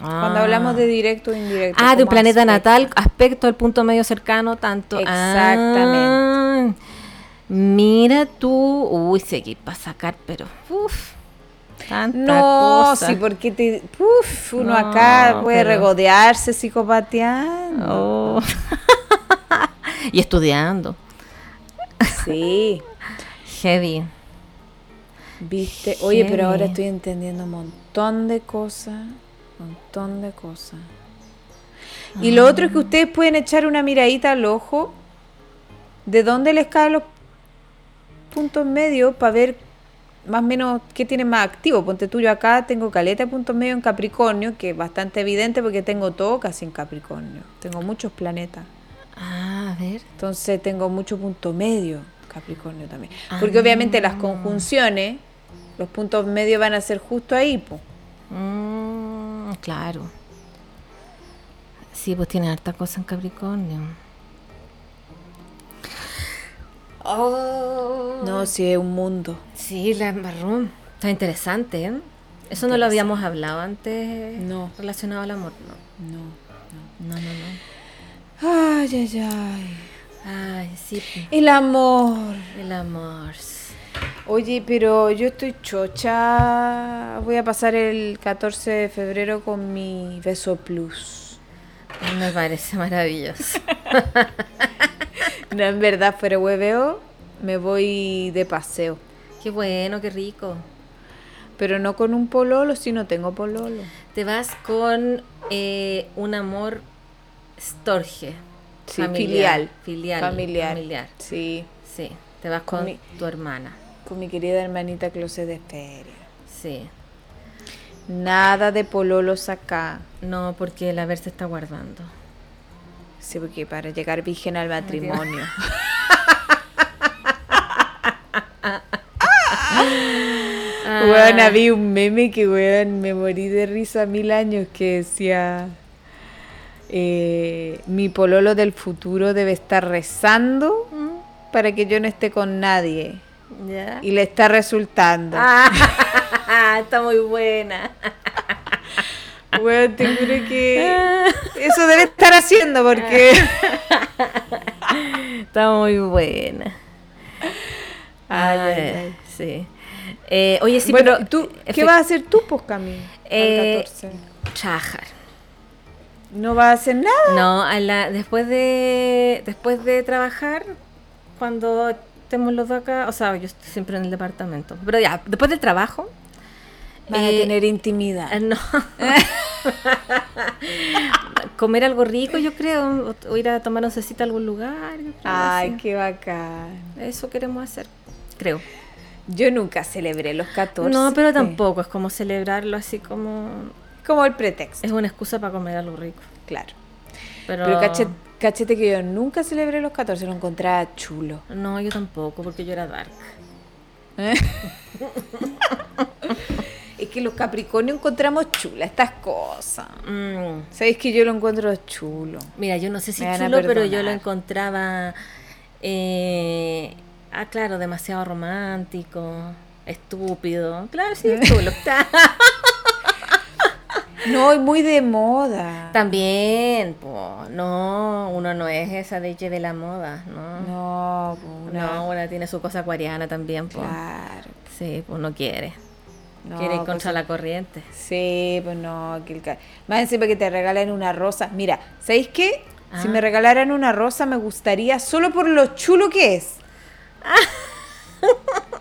Cuando Ah. hablamos de directo o indirecto. Ah, de un como planeta aspecto. natal, aspecto al punto medio cercano, tanto. Exactamente. Ah, mira tú. Uy, seguí para sacar, pero. Uf. Tanta No, cosa. sí, pues. porque te, uf, uno No, acá puede pero- regodearse psicopateando. Oh. *laughs* y estudiando. Sí, Heavy. viste. Oye, pero ahora Heavy. estoy entendiendo un montón de cosas, montón de cosas. Y lo otro es que ustedes pueden echar una miradita al ojo de dónde les caen los puntos medios para ver más o menos qué tienen más activo. Ponte tuyo acá, tengo caleta de puntos medios en Capricornio, que es bastante evidente porque tengo todo casi en Capricornio. Tengo muchos planetas. Ah, a ver. Entonces tengo mucho punto medio, Capricornio también. Porque obviamente las conjunciones, los puntos medios van a ser justo ahí, po. Mm, claro. Sí, pues tiene harta cosa en Capricornio. Oh. No, si es un mundo. Sí, la marrón. Está interesante, ¿eh? Eso no lo habíamos hablado antes. No. Relacionado al amor, No. no. No, no, no. Ay, ay, ay. Ay, sí, El amor. el amor. Oye, pero yo estoy chocha. Voy a pasar el 14 de febrero con mi beso plus. *laughs* Me parece *laughs* maravilloso. No, en verdad, fuera hueveo, me voy de paseo. qué bueno, qué rico. Pero no con un pololo, si no tengo pololo. Te vas con eh, un amor storge. Sí, familiar, filial. Filial. Familiar. familiar. Sí. Sí, te vas Con con, mi- tu hermana. Con mi querida hermanita Close de Feria. Sí. Nada de pololos acá. No, porque el haber se está guardando. Sí, porque para llegar virgen al *laughs* matrimonio. *laughs* Ah. Weón, había un meme que, weón, me morí de risa mil años que decía, eh, mi pololo del futuro debe estar rezando para que yo no esté con nadie. Mm, Ya. Y le está resultando. *laughs* Ah, está muy buena. Weón, te juro que *laughs* eso debe estar haciendo porque... Está muy buena. Ay, Ah, ay, ay. Sí. Eh, oye, sí, bueno, pero eh, ¿tú, ¿qué efe- vas a hacer tú, pues, Camila? al Eh, 14? Trabajar. No va a hacer nada. No, a la- después de después de trabajar, cuando estemos los dos acá, o sea, yo estoy siempre en el departamento, pero ya, después del trabajo, Van eh, a tener intimidad. eh, *laughs* no. Comer algo rico, yo creo, o, o ir a tomar oncecita a algún lugar. yo creo, Ay, así. qué bacán. Eso queremos hacer, creo. Yo nunca celebré los 14. No, pero tampoco, es como celebrarlo así como... Como el pretexto, Es una excusa para comer algo rico. claro. Pero, Pero, cache- cachete, que yo nunca celebré los 14, lo encontraba chulo. ¿eh? No, yo tampoco, porque yo era dark. *laughs* Es que los Capricornio encontramos chulas estas cosas. Mm. Sabéis que yo lo encuentro chulo. Mira, yo no sé si Me van a chulo, pero yo lo perdonar. encontraba. eh, ah, claro, demasiado romántico, estúpido. *laughs* Claro, sí, chulo. *laughs* Ta- No, y muy de moda. También, po, no, uno no es esa de de la moda, ¿no? No, No, po, una- una tiene su cosa acuariana también, po. claro. Sí, pues no quiere. No, quiere ir pues, contra la corriente. Sí, pues no, que el ca- más encima que te regalen una rosa. Mira, ¿sabéis qué? Si Ah. me regalaran una rosa me gustaría solo por lo chulo que *laughs* es.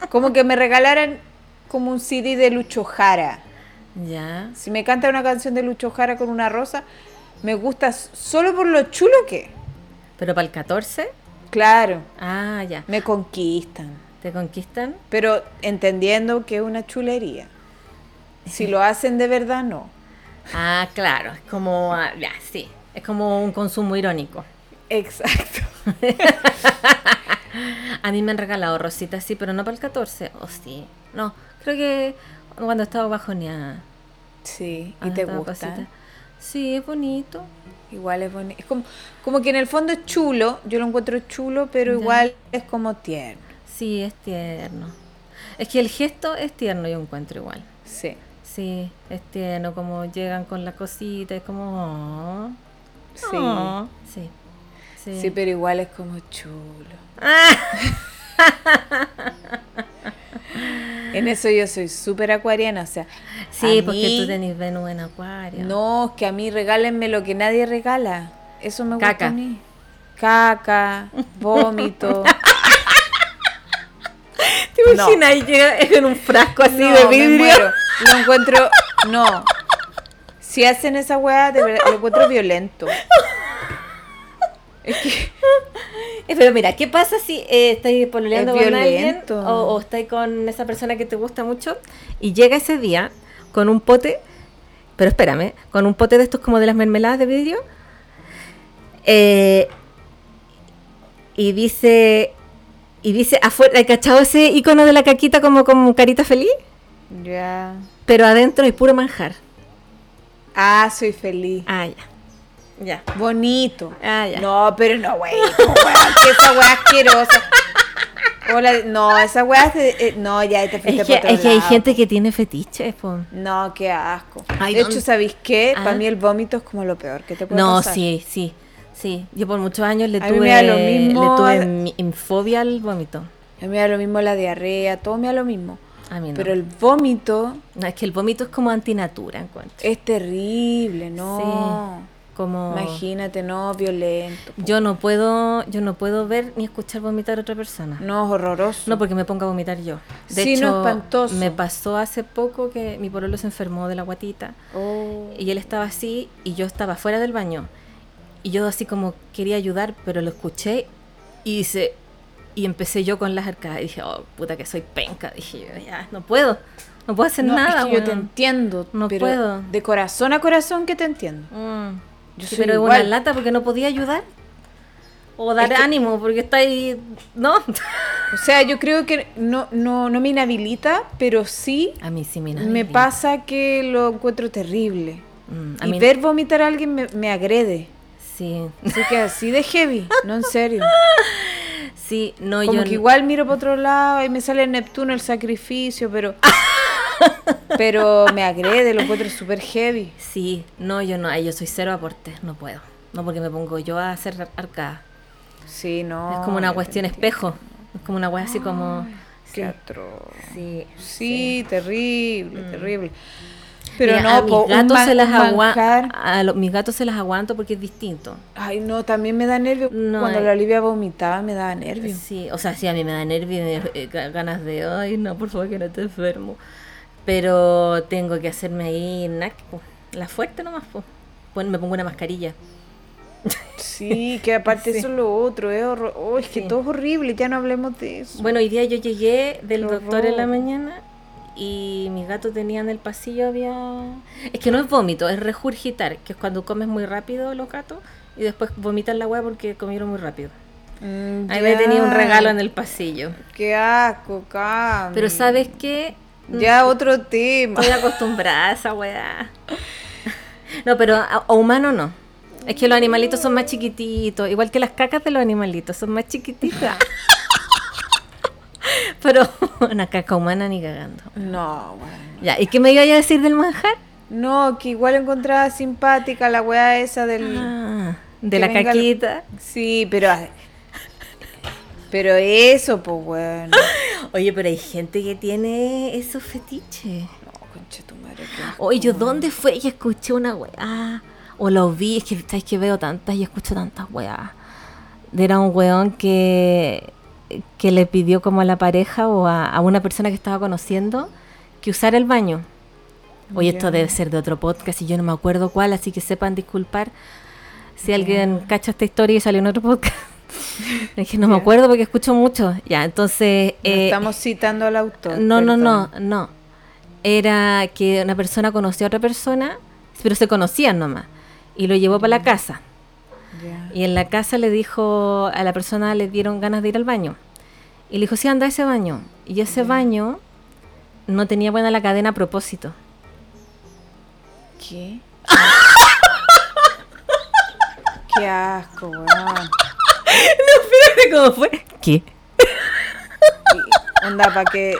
Como que me regalaran como un CD de Lucho Jara. Ya. Si me canta una canción de Lucho Jara con una rosa, me gusta s- solo por lo chulo que es. Pero para el 14, Claro, ah, ya. me conquistan. ¿Te conquistan? Pero entendiendo que es una chulería. Si lo hacen de verdad, no. Ah, claro, es como, ah, ya, sí, es como un consumo irónico. *laughs* Exacto. A mí me han regalado rositas, sí, pero no para el 14, o sí, no, creo que cuando estaba bajoneada. Sí, y cuando te estaba gusta. Ah, cosita. Sí, es bonito. Igual es bonito. Es como, como que en el fondo es chulo, yo lo encuentro chulo, pero Ya. igual es como tierno. Sí, es tierno. Es que el gesto es tierno, yo encuentro igual. Sí, Sí, es tierno, como llegan con la cosita, es como... "Oh, sí. oh". sí. Sí. Ah. Sí, pero igual es como chulo. En eso yo soy súper acuariana, o sea. Sí, a porque mí- tú tenés Venus en acuario. No, es que a mí regálenme lo que nadie regala. Eso me gusta Caca. a mí. Caca, *laughs* vómito. ¿Te imaginas? Y llega en un frasco así No, de me vidrio. muero. Lo encuentro. No. Si hacen esa weá, de verdad, lo encuentro violento. Eh, *laughs* Pero mira, ¿qué pasa si eh, estáis pololeando Es con alguien violento. o, o estáis con esa persona que te gusta mucho y llega ese día con un pote, pero espérame, con un pote de estos como de las mermeladas de vidrio eh, y dice, y dice afuera, ¿cachado ese icono de la caquita como con carita feliz? Ya. Pero adentro hay puro manjar. Ah, soy feliz. Ah, ya. Ya. Bonito. Ah, ya. No, pero no, wey. no, weá, que esa weá asquerosa. Hola, no, esa weá. es de- eh, no, ya ahí te fuiste Es que, por otro es que hay lado. gente que tiene fetiches, po. No, qué asco. Ay, de ¿dónde? hecho, ¿sabéis qué? Ah. Para mí el vómito es como lo peor que te puede No, pasar. sí, sí, sí. Yo por muchos años le A mí me da tuve, lo mismo. le tuve mi- en fobia al vómito. A mí me da lo mismo la diarrea, todo me da lo mismo. A mí no. Pero el vómito No, es que el vómito es como antinatura, encuentro. es terrible, no. Como Imagínate, no, violento. yo no puedo, yo no puedo ver ni escuchar vomitar a otra persona. No, No, es horroroso. porque me pongo a vomitar yo. De Sí, no, hecho, espantoso. me pasó hace poco que mi pololo se enfermó de la guatita. Oh. Y él estaba así y yo estaba fuera del baño. Y yo así como quería ayudar, pero lo escuché y hice... Y empecé yo con las arcadas y dije, oh, puta que soy penca. Dije, yo, ya, no puedo. No puedo hacer No, es nada. que yo te weón". entiendo, No pero puedo. de corazón a corazón que te entiendo. Mm. Yo Sí, soy pero es igual. una lata porque no podía ayudar. O dar Es que- ánimo porque está ahí... *laughs* No. O sea, yo creo que no, no, no me inhabilita, pero sí A mí sí, mira. me pasa que lo encuentro terrible. Mm, a Y mí- ver vomitar a alguien me, me agrede. Sí, Así que así de heavy, no en serio. sí, no, yo... Como que no- igual miro para otro lado y me sale Neptuno el sacrificio, *laughs* pero. pero me agrede, lo encuentro súper heavy. Sí, no, yo no, ay, yo soy cero aporte, no puedo. No porque me pongo yo a hacer ar- arcada. Sí, no. es como una yo te cuestión entiendo. espejo. Es como una wea así como. Qué Sí, atroz. sí, Mm. Sí, terrible, terrible. Pero Mira, no, a mis po, un gatos man- se las manjar. aguanto. A los- mis gatos se las aguanto porque es distinto. Ay, no, también me da nervio. No, Cuando eh. la Olivia vomitaba, me daba nervio. Sí, o sea, sí, a mí me da nervio y me- eh, ga- ganas de, ay, no, por favor, que no te enfermo. Pero tengo que hacerme ahí, nac, po, la fuerte nomás, po. Pon- me pongo una mascarilla. Sí, que aparte eso es lo otro, es, horror- oh, es que Sí. todo es horrible, ya no hablemos de eso. Bueno, hoy día yo llegué del Qué doctor en la horror. mañana y mis gatos tenían en el pasillo, había... Es que no es vómito, es regurgitar, que es cuando comes muy rápido los gatos y después vomitan la hueá porque comieron muy rápido. Mm, Ahí me tenía un ya. regalo en el pasillo. Qué asco, Cami. Pero ¿sabes qué? Ya otro *laughs* tema. Estoy acostumbrada a esa weá. No, pero a, a humano no. Es que los animalitos son más chiquititos, igual que las cacas de los animalitos, son *laughs* más chiquititas. Pero *laughs* una caca humana ni cagando. No, bueno. Ya, ¿y qué me iba a decir del manjar? No, que igual encontraba simpática la weá esa del... Ah, Que de la venga el- caquita. Sí, pero... Pero eso, pues, bueno. Ah. Oye, pero hay gente que tiene esos fetiches. No, concha tu madre. qué asco. Oye, Oh, ¿yo dónde fue y escuché una weá? O lo vi, es que sabes que veo tantas y escucho tantas weá. Era un weón que, que le pidió como a la pareja o a, a una persona que estaba conociendo que usara el baño. Oye, esto Ya. debe ser de otro podcast y yo no me acuerdo cuál, así que sepan disculpar si alguien cacha esta historia y salió en otro *laughs* podcast. es que no me Ya. acuerdo porque escucho mucho. Ya, entonces... No eh, estamos citando al autor. no, no, perdón. no, no. Era que una persona conoció a otra persona, pero se conocían nomás. Y lo llevó para la casa. Ya. Y en la casa le dijo, a la persona le dieron ganas de ir al baño. Y le dijo, sí, anda a ese baño. Y ese baño no tenía buena la cadena *laughs* a propósito. ¿Qué? Qué asco, weón. ¿Cómo fue? ¿Qué? Y Onda, para que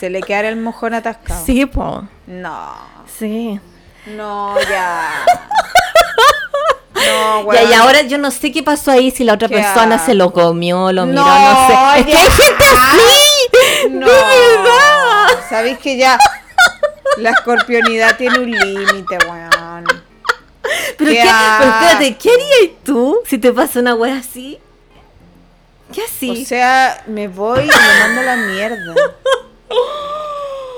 se le quedara el mojón atascado. Sí, po. No, Sí. no, ya. No, *laughs* Ya, weón. y ahora yo no sé qué pasó ahí, si la otra Qué persona se lo comió, lo miró, no No, sé. Es que *laughs* hay ya. Ah, gente así. No, *laughs* De verdad. sabéis que ya la escorpionidad tiene un límite, weón. Pero, Qué qué, pero espérate, asco. ¿qué harías tú si te pasa una wea así? ¿Qué así? O sea, me voy y me mando a la mierda.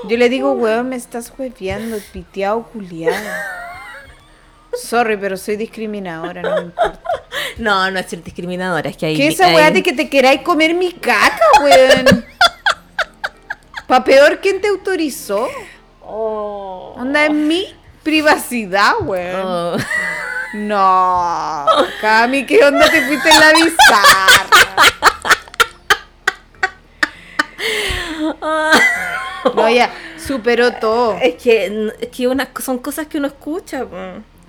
Yo le digo, weón, me estás jueveando, piteado, culiado. Sorry, pero soy discriminadora, no me importa. *laughs* no, no es ser discriminadora, es que ahí. ¿Qué esa ahí- weá de que te queráis comer mi caca, *laughs* weón? Pa' peor, ¿quién te autorizó? Oh. Onda en mi privacidad, weón. *laughs* Oh. No, Cami, ¿qué onda te fuiste en la bizarra? *laughs* No, ya, superó todo. Es que, n- es que una- son cosas que uno escucha. po.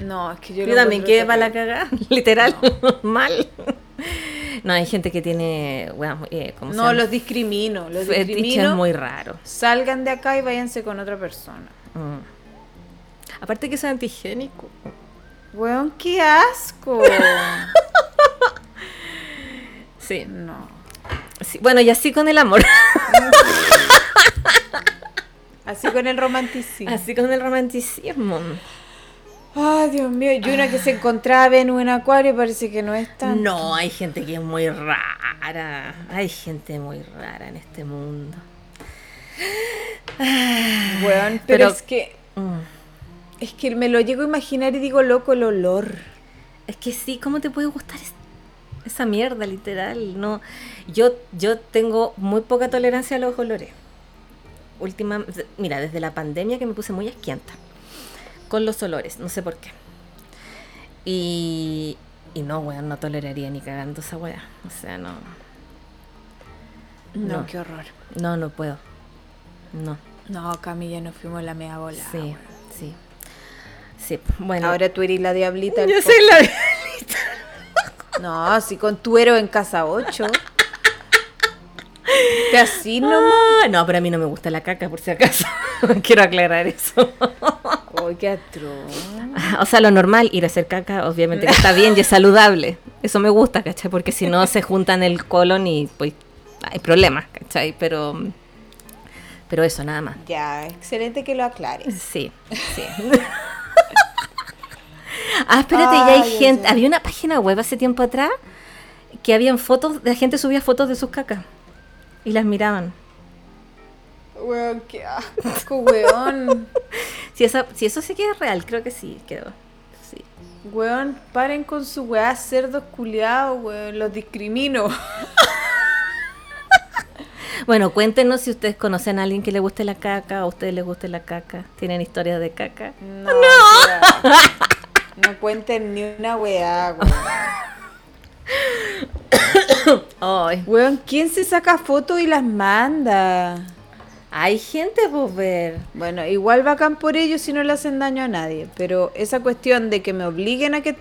No, es que yo, Yo, lo también encuentro quedé para la terrible. cagada, *laughs* literal, *laughs* mal. No, hay gente que tiene. weas muy- eh, ¿cómo se No, llama? los discrimino, los fetiches discrimino. muy raros. Salgan de acá y váyanse con otra persona. Mm. Aparte que es antigénico. Weón, qué asco. Sí. No. sí. Bueno, y así con el amor. Así con el romanticismo. *laughs* Así con el romanticismo. Ay, Dios mío. Y una que se encontraba Venus en Acuario parece que no es tan. No, hay gente que es muy rara. Hay gente muy rara en este mundo. Weón, pero, Mm. Pero- es que. Mm. Es que me lo llego a imaginar y digo, loco, el olor. Es que sí, ¿cómo te puede gustar es- esa mierda, literal? No, yo, yo tengo muy poca tolerancia a los olores. Última, mira, desde la pandemia que me puse muy asquienta con los olores, no sé por qué. Y, y no, weón, no toleraría ni cagando esa weá. O sea, no, No, No. qué horror. no, no puedo. No. No, Camilla, nos fuimos a la media bola. sí, weón. sí. Sí, bueno. Ahora tú eres la diablita. del *laughs* yo po- soy la No, si con tuero en casa 8. Te así nomás. Ah, *laughs* No, pero a mí no me gusta la caca, por si acaso. *laughs* Quiero aclarar eso. Ay, qué atroz. O sea, lo normal, ir a hacer caca, obviamente que está bien y es saludable. Eso me gusta, ¿cachai? Porque si no se juntan el colon y pues hay problemas, ¿cachai? Pero, Pero eso, nada más. Ya, excelente que lo aclares. Sí, sí. *laughs* ah, espérate, ya hay Ay, gente. Dios. Había una página web hace tiempo atrás que habían fotos, la gente subía fotos de sus cacas y las miraban. Weón, qué asco, weón. Si, esa, si eso sí que es real, creo que sí quedó. Sí. Weón, paren con su weá cerdos culiados, weón. Los discrimino. Bueno, cuéntenos si ustedes conocen a alguien que le guste la caca, a ustedes les guste la caca, tienen historias de caca. No. qué asco. No cuenten ni una weá, weón. Ay. Weón, ¿quién se saca fotos y las manda? Hay gente, pues, ver. Bueno, igual bacán por ellos si no le hacen daño a nadie, pero esa cuestión de que me obliguen a que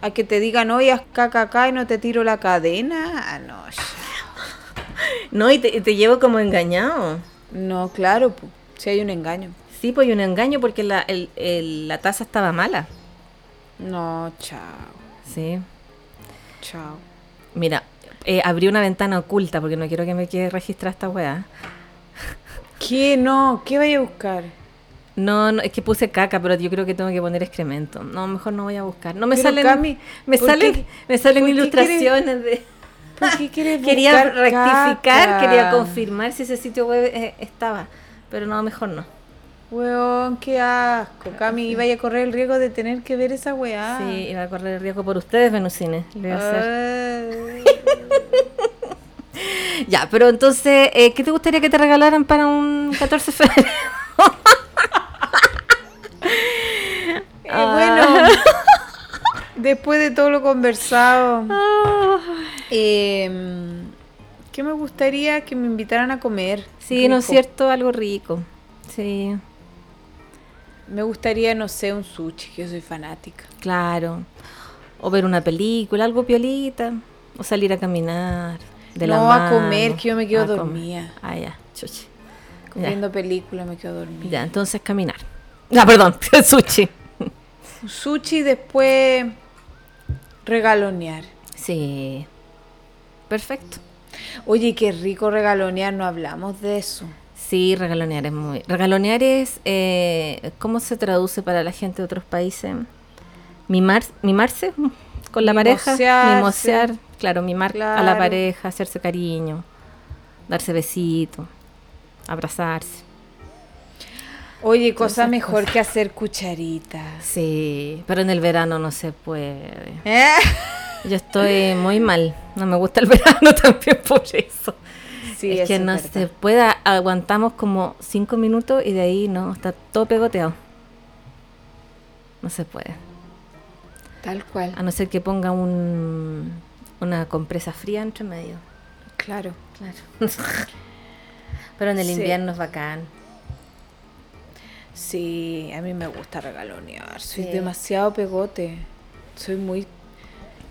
a que te digan, oye, haz caca acá y no te tiro la cadena, ah, no. sh- No, y te, y te llevo como engañado. No, claro, pu, si hay un engaño. Sí, pues, y un engaño porque la, el- el- la taza estaba mala. No, chao, Sí. chao. Mira, eh, abrí una ventana oculta porque no quiero que me quede registrada esta weá. ¿Qué? No, ¿qué vaya a buscar? No, no, es que puse caca, pero yo creo que tengo que poner excremento. No, mejor no voy a buscar. No me Pero, salen. Cami, me ¿por salen, qué- me salen por qué ilustraciones de. ¿Por *laughs* qué quieres buscar Quería rectificar, caca? quería confirmar si ese sitio web eh, estaba. Pero no, mejor no. Weón, qué asco, Cami, iba a correr el riesgo de tener que ver esa weá. Sí, iba a correr el riesgo por ustedes, Venusines. Le voy a Ah. hacer. Ay. Ya, pero entonces, eh, ¿qué te gustaría que te regalaran para un 14 de *laughs* febrero? Eh, *laughs* bueno, Ah. después de todo lo conversado, Ah. em, ¿qué me gustaría que me invitaran a comer? Sí, ¿no es Rico. cierto? Algo rico. Sí, Me gustaría, no sé, un sushi, que yo soy fanática. claro. O ver una película, algo piolita. O salir a caminar. De la No, a mano, comer, que yo me quedo a comer. dormida. Ah, ya, chuchi. Ya, Viendo películas me quedo dormida. ya, entonces caminar. Ah, perdón, *laughs* sushi. Un sushi después regalonear. Sí. Perfecto. Oye, qué rico regalonear, no hablamos de eso. Sí, regalonear es muy. Regalonear es. eh, ¿Cómo se traduce para la gente de otros países? Mimar, mimarse mm, con la pareja. Mimosearse. Mimosear. Claro, mimar a la Claro. pareja, hacerse cariño, darse besito, abrazarse. Oye, cosa esas mejor que hacer *laughs* cucharitas. Sí, pero en el verano no se puede. ¿Eh? Yo estoy muy mal. No me gusta el *laughs* verano también por eso. Sí, es que eso no verdad. se pueda. Aguantamos como cinco minutos y de ahí no, está todo pegoteado. No se puede. Tal cual. A no ser que ponga un, una compresa fría entre medio. Claro. Claro. *laughs* Pero en el Sí. invierno es bacán. Sí, a mí me gusta regalonear. Soy Sí. demasiado pegote. Soy muy.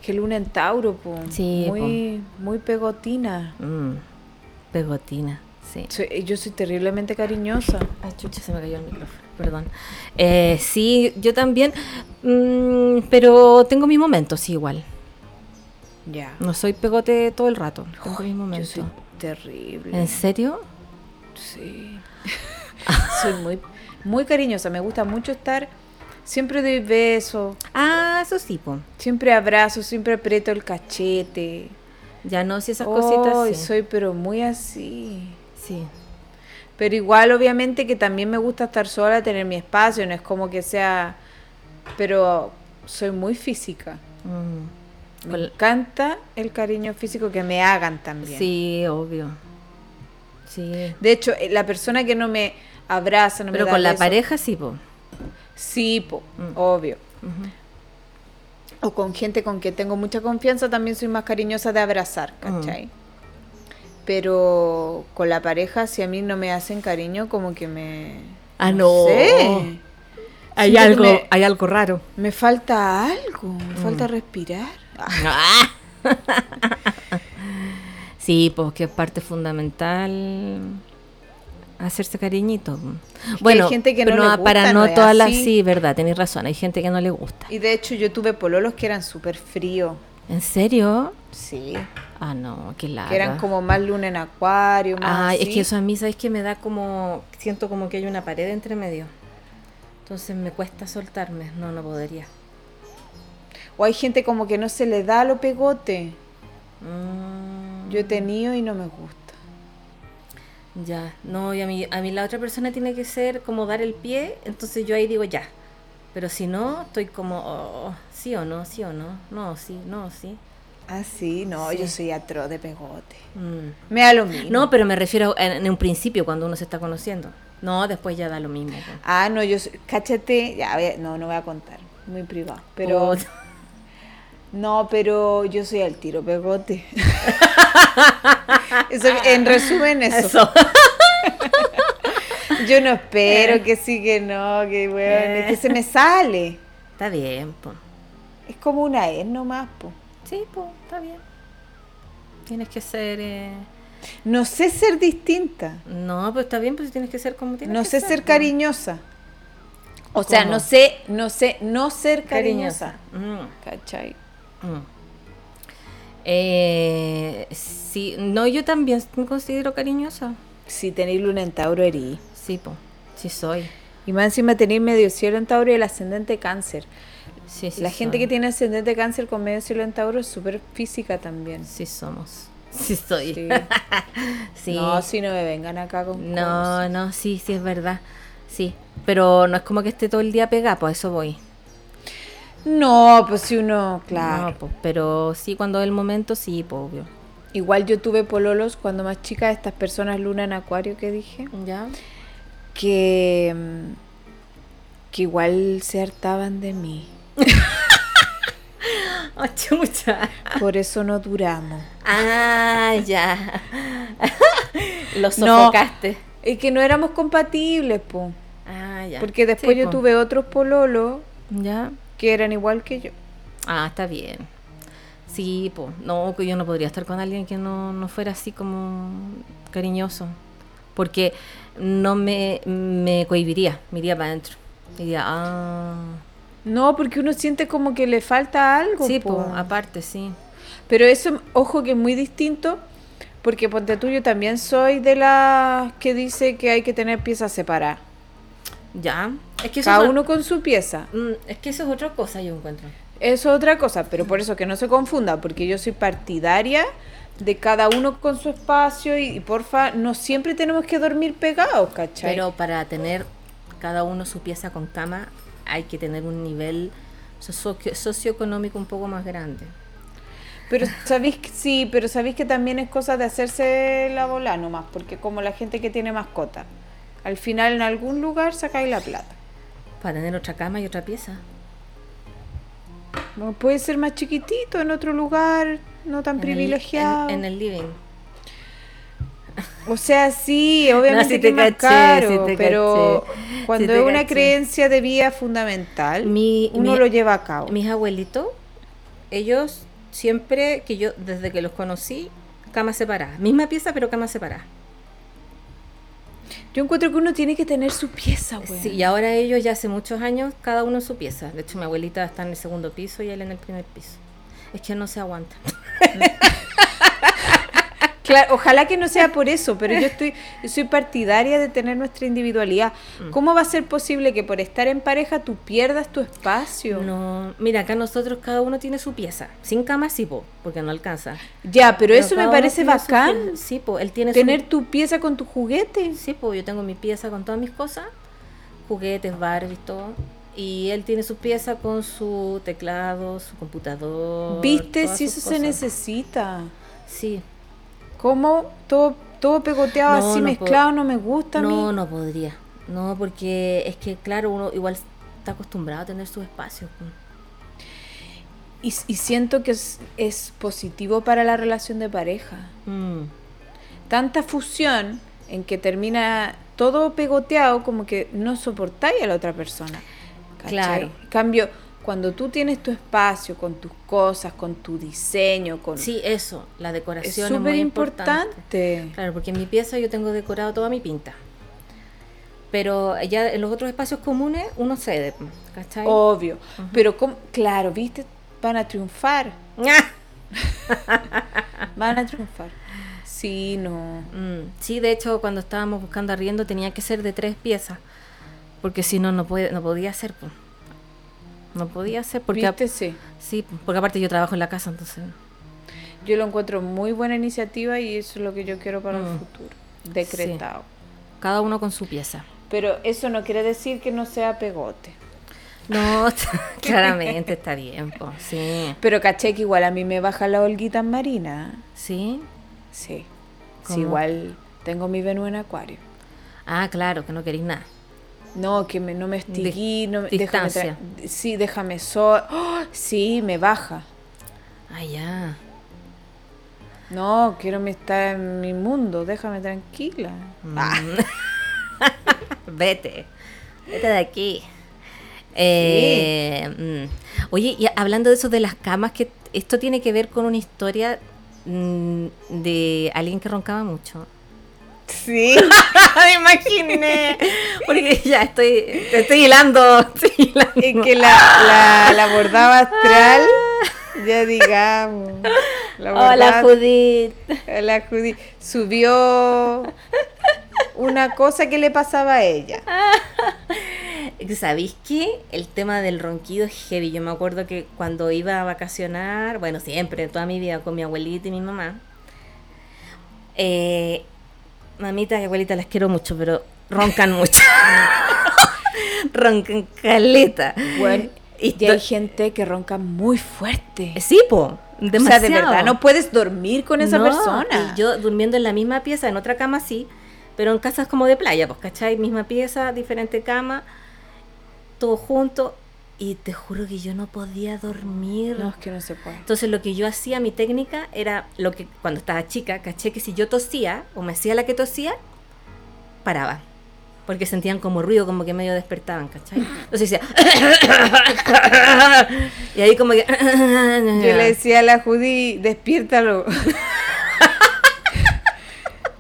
Que luna en Tauro, po. Sí, Muy, muy pegotina. Mm, pegotina, sí. Soy- yo soy terriblemente cariñosa. Ay, chucha, se me cayó el micrófono, perdón. Eh, sí, yo también. mm, pero tengo mis momentos, sí, igual. Ya. No soy pegote todo el rato. Tengo mis Yo momentos. soy terrible. ¿En serio? Sí. *laughs* soy muy, muy cariñosa. Me gusta mucho estar. Siempre doy besos. Ah, eso sí, po. Siempre abrazo. Siempre aprieto el cachete. Ya no, si esas Ay, cositas. Sí. soy, pero muy así. sí. Pero igual, obviamente, que también me gusta estar sola, tener mi espacio, no es como que sea. Pero soy muy física. Mm. Me Con la- encanta el cariño físico que me hagan también. Sí, obvio. Sí. De hecho, eh, la persona que no me abraza, no me Pero da con la besos- pareja sí, po. Sí, po, Mm. obvio. Ujú. O con gente con que tengo mucha confianza, también soy más cariñosa de abrazar, Mm. ¿cachai? Pero con la pareja, si a mí no me hacen cariño, como que me. Ah, no. sé. Hay Siento que algo, me- hay algo raro. Me falta algo, me Mm. falta respirar. sí, pues que es parte fundamental hacerse cariñito. Bueno, hay gente que no pero le gusta, para no no es todas las así. sí, verdad, tenéis razón, hay gente que no le gusta. Y de hecho yo tuve pololos que eran súper fríos. ¿En serio? Sí. Ah, no, qué larga. Que eran como más luna en acuario, más Ay, Ah, es así. que eso a mí, ¿sabes que Me da como... Siento como que hay una pared entre medio. Entonces me cuesta soltarme. No, no podría. O hay gente como que no se le da lo pegote. Mm, Yo he tenido y no me gusta. Ya. No, y a mí, a mí la otra persona tiene que ser como dar el pie. Entonces yo ahí digo ya. Pero si no, estoy como... oh, sí o no, sí o no. No, sí, no, sí. Ah, sí, no, Sí. yo soy atroz de pegote. Mm. Me da lo mismo. No, pero me refiero en, en un principio, cuando uno se está conociendo. No, después ya da lo mismo. po. Ah, no, yo soy- cáchate, ya, voy a- no, no voy a contar, muy privado, pero *laughs* Oh. no, pero yo soy al tiro *laughs* pegote. Eso, en resumen eso. Eso. Yo no espero que sí que no, que bueno, es que se me sale. Está bien, po. Es como una es nomás, po. Sí, po, está bien. Tienes que ser... eh, No sé ser distinta. No, pero está bien, pues tienes que ser pues, como tienes no que sé ser po. cariñosa. O sea, ¿Cómo? no sé, no sé, no ser cariñosa. Mm, ¿Cachai? mm. Eh, sí, no, yo también me considero cariñosa. Si tenéis luna en Tauro, herí. Sí, po. Sí soy. Y más encima tenéis medio cielo en Tauro y el ascendente cáncer. Sí, sí La gente soy. que tiene ascendente cáncer con medio cielo en Tauro es súper física también. Sí somos. *laughs* Sí soy. *laughs* *laughs* Sí. Sí. No, si no me vengan acá con No, cosas. no, sí, sí, es verdad. Sí, pero no es como que esté todo el día pegada, pues a eso voy. No, pues si uno, claro. No, pues, pero sí, cuando es el momento, sí, pues obvio. Igual yo tuve pololos cuando más chica, estas personas luna en acuario que dije, ¿Ya? que, mm, que igual se hartaban de mí. *laughs* Oh, chucha. Por eso no duramos. Ah, *laughs* ya. Lo No. sofocaste. Es que no éramos compatibles, po. Ah, ya. Porque después Sí, yo po. tuve otros pololos ¿Ya? que eran igual que yo. Ah, está bien. Sí, pues. No, que yo no podría estar con alguien que no, no fuera así como cariñoso. Porque no me, me cohibiría, me iría para adentro. Diría, ah. No, porque uno siente como que le falta algo. Sí, po. po, Ah. aparte, sí. Pero eso, ojo, que es muy distinto. Porque ponte tú, yo también soy de las que dice que hay que tener piezas separadas. Ya. Es que eso, Cada es, uno con su pieza. Mm, es que eso es otra cosa, yo encuentro. Eso es otra cosa, pero por eso que no se confunda, porque yo soy partidaria de cada uno con su espacio y, y porfa, no siempre tenemos que dormir pegados, ¿cachai? Pero para tener cada uno su pieza con cama, hay que tener un nivel socio- socioeconómico un poco más grande. Pero sabéis que sí, pero sabéis que también es cosa de hacerse la bola nomás, porque como la gente que tiene mascota, al final en algún lugar sacáis la plata. Para tener otra cama y otra pieza. No, Puede ser más chiquitito en otro lugar, no tan En el- privilegiado. en, en el living. O sea, sí, obviamente sí que te es más caché, caro, sí te pero caché, sí cuando te es una caché. creencia de vida fundamental, Mi- uno mi- lo lleva a cabo. Mis abuelitos, ellos siempre que yo, desde que los conocí, camas separadas. Misma pieza, pero camas separadas. Yo encuentro que uno tiene que tener su pieza, güey. Sí, y ahora ellos ya hace muchos años, cada uno en su pieza. De hecho, mi abuelita está en el segundo piso y él en el primer piso. Es que no se aguanta. Claro, ojalá que no sea *laughs* por eso, pero yo estoy yo soy partidaria de tener nuestra individualidad. Mm. ¿Cómo va a ser posible que por estar en pareja tú pierdas tu espacio? No, mira, acá nosotros cada uno tiene su pieza. Sin cama sí, po, porque no alcanza. Ya, pero, eso me cada uno parece tiene su bacán, pie- Sí, po, él tiene tener su... tu pieza con tus juguetes. Sí, po, yo tengo mi pieza con todas mis cosas. Juguetes, Barbies, todo. Y él tiene su pieza con su teclado, su computador. ¿Viste? todas Si sus eso se cosas. necesita. Sí. ¿Cómo todo, todo pegoteado No, así no mezclado no puedo. me gusta a No, mí? no podría. No, porque es que, claro, uno igual está acostumbrado a tener sus espacios. po. Y, y siento que es, es positivo para la relación de pareja. Mm. tanta fusión en que termina todo pegoteado como que no soportáis a la otra persona. ¿cachai? Claro. En cambio, cuando tú tienes tu espacio con tus cosas, con tu diseño, con... Sí, eso, la es decoración es súper muy importante. importante. Claro, porque en mi pieza yo tengo decorado toda mi pinta. Pero ya en los otros espacios comunes uno cede, ¿cachai? Oh. *laughs* Obvio. Pero, ¿cómo? claro, viste, van a triunfar. ¡Ña! Van a triunfar. Sí, no. Mm, sí, de hecho, cuando estábamos buscando arriendo tenía que ser de tres piezas. Porque si no, no, puede, no podía ser. po. No podía ser porque... ap- Viste, sí. Sí, po, porque aparte yo trabajo en la casa, entonces... Yo lo encuentro muy buena iniciativa y eso es lo que yo quiero para el Mm. futuro. Decretado. Cada uno con su pieza. Pero eso no quiere decir que no sea pegote. No, *laughs* claramente está bien, po, sí. Pero caché que igual a mí me baja la holguita marina. Sí. Sí. Sí, ¿Cómo? igual tengo mi Venus en acuario. Ah, claro, que no queréis nada. No, que me- no me estiguí, Dis- no me- déjame distancia. tra- Sí, déjame sola. sí, me baja. Ah, ya. No, quiero me estar en mi mundo, déjame tranquila. Mm. Ah. *laughs* Vete. Vete de aquí. Eh, mm. Oye, y hablando de eso de las camas, que esto tiene que ver con una historia mm, de alguien que roncaba *laughs* mucho. *laughs* Sí, Me imaginé. Porque ya estoy, te estoy hilando. *laughs* estoy hilando. es que la, la, la bordaba astral, ya digamos. La Ah. bordaba- Hola, Judith. la Judy subió una cosa que le pasaba a ella. ¿Sabéis qué? El tema del ronquido es heavy. Yo me acuerdo que cuando iba a vacacionar, bueno, siempre, toda mi vida, con mi abuelita y mi mamá. eh, mamita y abuelita las quiero mucho, pero roncan mucho. *laughs* roncan caleta. Bueno, Y y hay to- gente que ronca muy fuerte. Sí, po. O sea, de demasiado. verdad, no puedes dormir con esa No, persona. Y yo durmiendo en la misma pieza, en otra cama sí, pero en casas como de playa, pues, ¿cachai? Misma pieza, diferente cama, todo junto. Y te juro que yo no podía dormir. No, es que no se puede. Entonces lo que yo hacía, mi técnica era lo que cuando estaba chica, caché que si yo tosía o me hacía la que tosía, paraba. Porque sentían como ruido, como que medio despertaban, ¿cachai? Entonces decía... *coughs* y ahí como que... *coughs* Yo le decía a la Judy, despiértalo.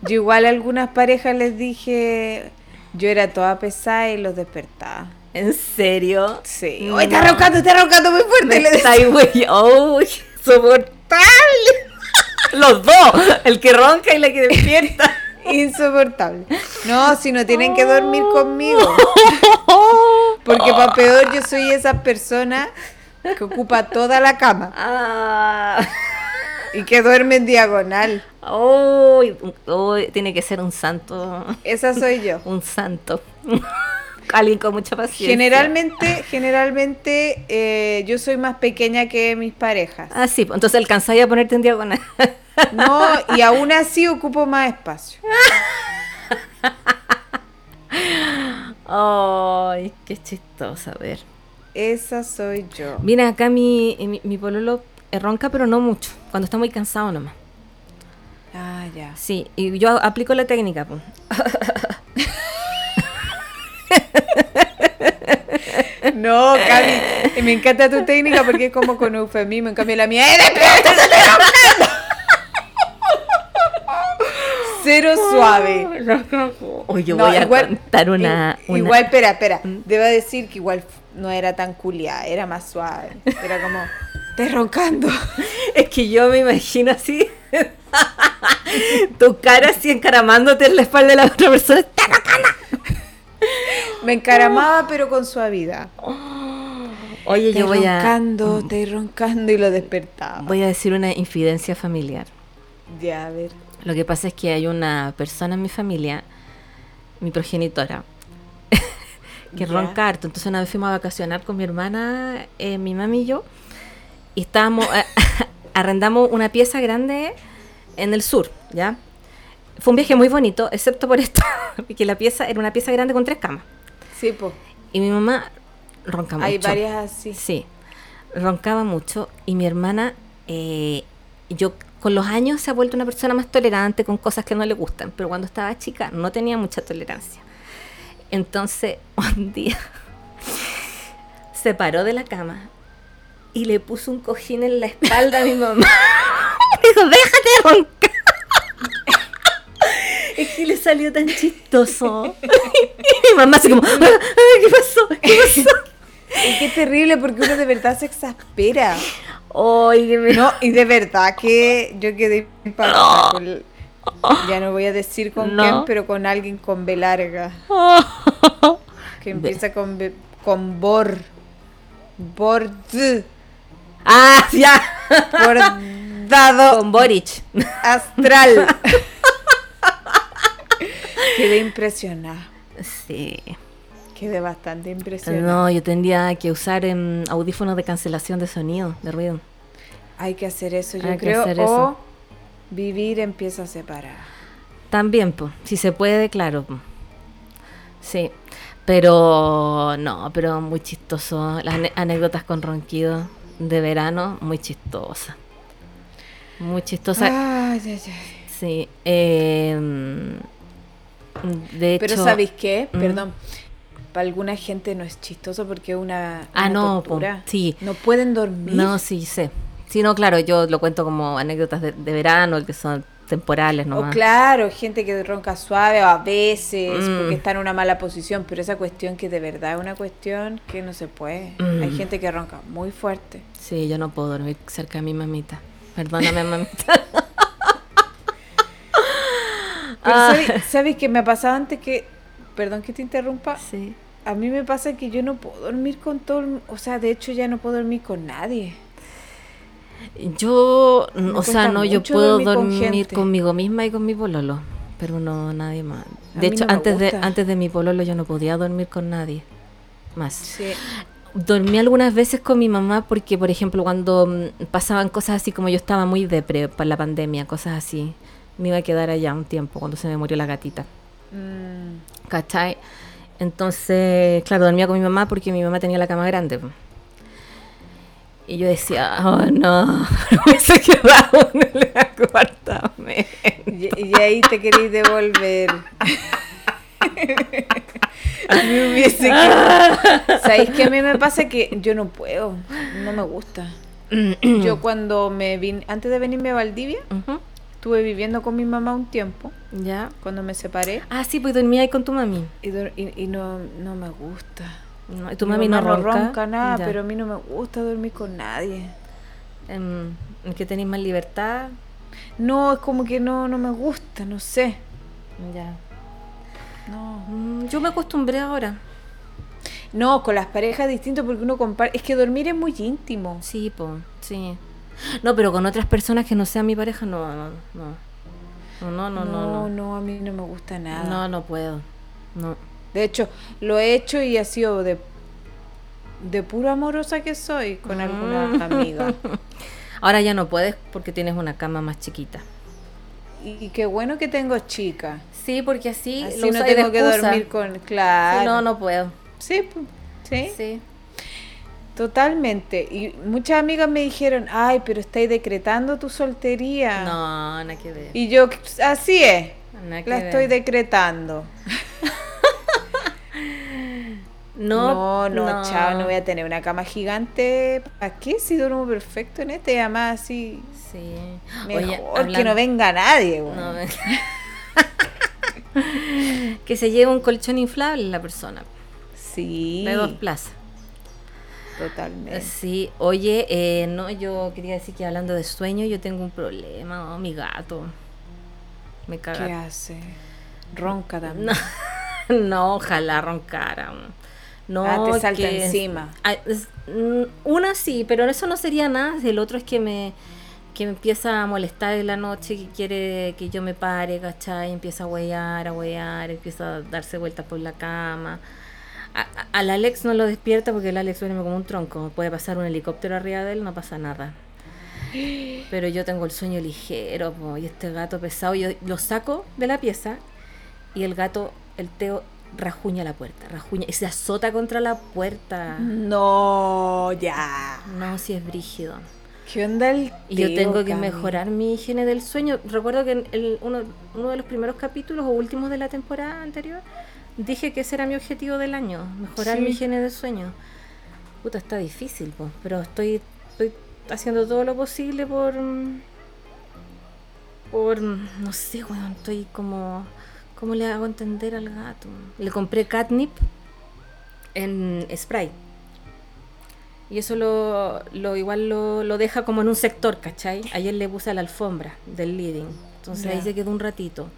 yo igual a algunas parejas les dije, yo era toda pesada y los despertaba. ¿En serio? Sí. No. "Oye, está roncando, Mm. está roncando muy fuerte. le decía. Ay, güey, oh, insoportable. Los dos, el que ronca y la que despierta. *laughs* Insoportable. No, si no tienen que dormir conmigo. Porque para peor yo soy esa persona que ocupa toda la cama Ah. y que duerme en diagonal. Uy, uy, Oh, tiene que ser un santo, Esa soy yo. un santo. *laughs* Alguien con mucha paciencia. Generalmente, generalmente eh, yo soy más pequeña que mis *laughs* parejas. Ah, sí, pues, entonces alcanzáis a ponerte en diagonal. *laughs* No, y aún así ocupo más espacio. Ay, qué chistoso, a ver. Esa soy yo. Mira, acá mi, mi, mi pololo eh, ronca, pero no mucho. Cuando está muy cansado nomás. Ah, ya. Sí, y yo aplico la técnica, pues. *laughs* No, Cami, me encanta tu técnica porque es como con eufemismo. En cambio, la mía es *laughs* Cero suave. Oye, yo No, voy a igual- contar una, i- una- Mm. Igual, espera, espera. Debo decir que igual no era tan culia, era más suave. Era como, estás roncando. Es que yo me imagino así. *laughs* tu cara así encaramándote en la espalda de la otra persona. ¡Está roncando! Me encaramaba, pero con suavidad. Oye, Estás yo voy a, Mm. roncando, estás roncando y lo despertaba. voy a decir una infidencia familiar. Ya, a ver. Lo que pasa es que hay una persona en mi familia, mi progenitora, *laughs* que Ya. ronca harto. Entonces una vez fuimos a vacacionar con mi hermana, eh, mi mami y yo, y estábamos, eh, *laughs* arrendamos una pieza grande en el sur, ¿ya? Fue un viaje muy bonito, excepto por esto, *laughs* que la pieza era una pieza grande con tres camas. Sí, pues. Y mi mamá ronca mucho. Hay varias así. Sí, roncaba mucho y mi hermana, eh, yo con los años se ha vuelto una persona más tolerante con cosas que no le gustan, pero cuando estaba chica no tenía mucha tolerancia. Entonces *laughs* un día se paró de la cama y le puso un cojín en la espalda a mi mamá. Me *laughs* dijo, déjate de roncar. *laughs* Es que le salió tan chistoso. *laughs* Y mi mamá así como, "Ah, *laughs* ah, ¿qué pasó? ¿Qué pasó? *laughs* Y qué terrible porque uno de verdad se exaspera. Ay, *laughs* que me- No, y de verdad que yo quedé impactada con- Ya no voy a decir con No. quién, pero con alguien con B larga. Oh. Que empieza con, B- con Bor. Bord. Ah, *laughs* ya. Bordado Con Boric. *laughs* astral. quedé impresionada. Sí. Quedé bastante impresionada. No, yo tendría que usar em, audífonos de cancelación de sonido, de ruido. Hay que hacer eso, yo Hay que creo. hacer o eso. vivir empieza a separar. También, po, si se puede, claro. po. Sí, pero no, pero muy chistoso. Las ane- anécdotas con ronquido de verano, muy chistosa. Muy chistosa. Ay, ay, ay. Sí. eh, de hecho, Pero ¿sabéis qué? Mm. Perdón. Para alguna gente no es chistoso porque es una, Ah, una no, po, tortura. sí. No pueden dormir. No, sí, sé. Sí, no, claro, yo lo cuento como anécdotas de, de verano, que son temporales o nomás. Oh, claro, gente que ronca suave o a veces Mm. porque está en una mala posición, pero esa cuestión que de verdad es una cuestión que no se puede. Mm. Hay gente que ronca muy fuerte. Sí, yo no puedo dormir cerca de mi mamita. *laughs* Perdóname, mamita. Pero Ah. ¿sabes, sabes que me ha pasado antes que, perdón que te interrumpa, *laughs* Sí. a mí me pasa que yo no puedo dormir con todo, el- o sea, de hecho ya no puedo dormir con nadie. Yo, n- Me o sea, cuesta no, yo mucho puedo dormir con dormir gente. conmigo misma y con mi pololo, pero no nadie más. A De mí hecho, no me antes de gusta. antes de mi pololo yo no podía dormir con nadie más. Sí. Dormí algunas veces con mi mamá porque, por ejemplo, cuando mm, pasaban cosas así como yo estaba muy depre para la pandemia, cosas así, me iba a quedar allá un tiempo cuando se me murió la gatita. Mm, ¿Cachai? Entonces, claro, dormía con mi mamá porque mi mamá tenía la cama grande. po. Y yo decía, oh no, *laughs* me hubiese quedado en el apartamento. y, y ahí te queréis *laughs* devolver. me hubiese quedado. *laughs* ¿Sabéis qué a mí me pasa? Que yo no puedo, no me *clears throat* gusta. Yo cuando me vine, antes de venirme a Valdivia, Ujú, estuve viviendo con mi mamá un tiempo, ¿Ya? cuando me separé, Ah, sí, pues dormía ahí con tu mami. y, dor- y- y no, no me gusta. No, y tu Mi mami no mamá ronca. nada, Ya. pero a mí no me gusta dormir con nadie. Em, que tenéis más libertad. No, es como que no, no me gusta, no sé. Ya. No. Mm, Yo me acostumbré ahora. No, con las parejas distinto porque uno comparte. Es que dormir es muy íntimo. Sí, po, sí. No, pero con otras personas que no sean mi pareja, no, no, no. No, no, no, no. No, a mí no me gusta nada. no, no puedo. No. De hecho, lo he hecho y ha sido de, de puro amorosa que soy con Ah. alguna *laughs* amiga. Ahora ya no puedes porque tienes una cama más chiquita. Y, y qué bueno que tengo chica. Sí, porque así, Así lo no usáis de tengo que excusa. dormir con. Sí, Claro. no, no puedo. Sí, pu- sí, Sí. totalmente. Y muchas amigas me dijeron, ay, pero estáis decretando tu Ah. soltería. No, nada que ver. Y yo, así es. nada que La estoy ver. decretando. No, no, chao, no voy a tener una cama gigante. ¿Para qué? Si duermo perfecto en este, y además así. Sí. Mejor Oye, que no hablando- venga nadie, güey. No, ven- *laughs* que se lleve un colchón inflable la persona. Sí, De dos plazas. totalmente. Sí, oye, eh, no, yo quería decir que hablando de sueño, yo tengo un problema, oh, mi gato. Me ¿Qué caga. hace? Ronca también. *laughs* no, ojalá roncara. No, Ah, te salta que- encima. Ah, es- mm, una sí, pero eso no sería nada. El otro es que me, que me empieza a molestar en la noche, que quiere que yo me pare, ¿cachai? Empieza a huear, a huear, empieza a darse vueltas por la cama. A- a- Al Alex no lo despierta porque el Alex duerme como un tronco. Puede pasar un helicóptero arriba de él, no pasa nada. Pero yo tengo el sueño ligero po, y este gato pesado, yo lo saco de la pieza y el gato, el Teo, rajuña la puerta, rajuña y se azota contra la puerta. No, ya. No, si es brígido. ¿Qué onda el Y yo Teo, tengo que Cami? mejorar mi higiene del sueño. Recuerdo que en el- uno, uno de los primeros capítulos o últimos de la temporada anterior dije que ese era mi objetivo del año, mejorar mi Sí. higiene del sueño. Puta, está difícil, po, pero estoy, estoy haciendo todo lo posible por... mm, Por... mm, No sé, weón, estoy como... ¿Cómo le hago entender al gato? Le compré catnip en spray. Y eso lo, lo igual lo, lo deja como en un sector, ¿cachai? Ayer le puse a la alfombra del living. Entonces ahí Ya. se quedó un ratito.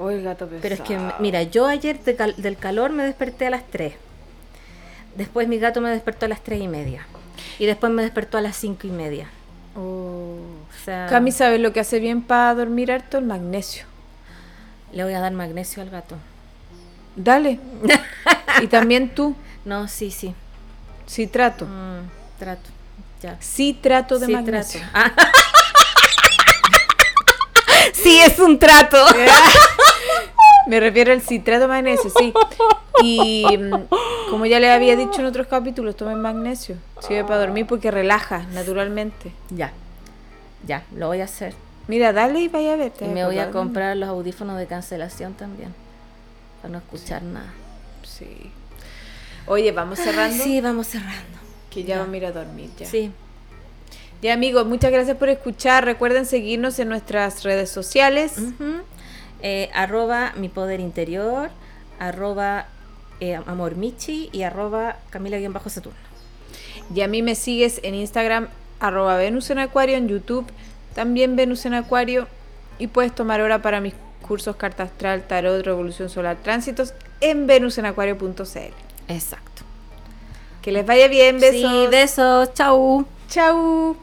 Hoy el gato pesado. Pero es que, mira, yo ayer de cal- del calor me desperté a las 3. Después mi gato me despertó a las 3 y media. Y después me despertó a las 5 y media. O sea, Oh. Cami, ¿sabes lo que hace bien para dormir harto? El magnesio. le voy a dar magnesio al gato. *laughs* Dale. y también tú. No, sí, sí. Sí trato. Mm, trato. Ya. Sí trato de Sí, magnesio. trato. Ah. *laughs* sí, es un trato. *laughs* Me refiero al citrato de magnesio, sí. Y mm, como ya les había dicho en otros capítulos, tomen magnesio. Sirve para dormir porque relaja naturalmente. Ya. Ya, lo voy a hacer. Mira, dale y vaya a ver. te Y vas me voy a acordar de mí. comprar los audífonos de cancelación también. Para no escuchar nada. Sí. Oye, vamos *gasps* cerrando. Sí, vamos cerrando. Que ya, ya. vamos a ir a dormir ya. Sí. Ya amigos, muchas gracias por escuchar. Recuerden seguirnos en nuestras redes sociales. Ujú. Eh, arroba mi poder interior, arroba eh, amor michi y arroba camila guión bajo saturno. Y a mí me sigues en Instagram, arroba Venus en Acuario, en YouTube, también Venus en Acuario. Y puedes tomar hora para mis cursos Carta Astral, Tarot, Revolución Solar, Tránsitos en venusenacuario.cl. Exacto. Que les vaya bien, besos. Sí, besos. Chau. Chau.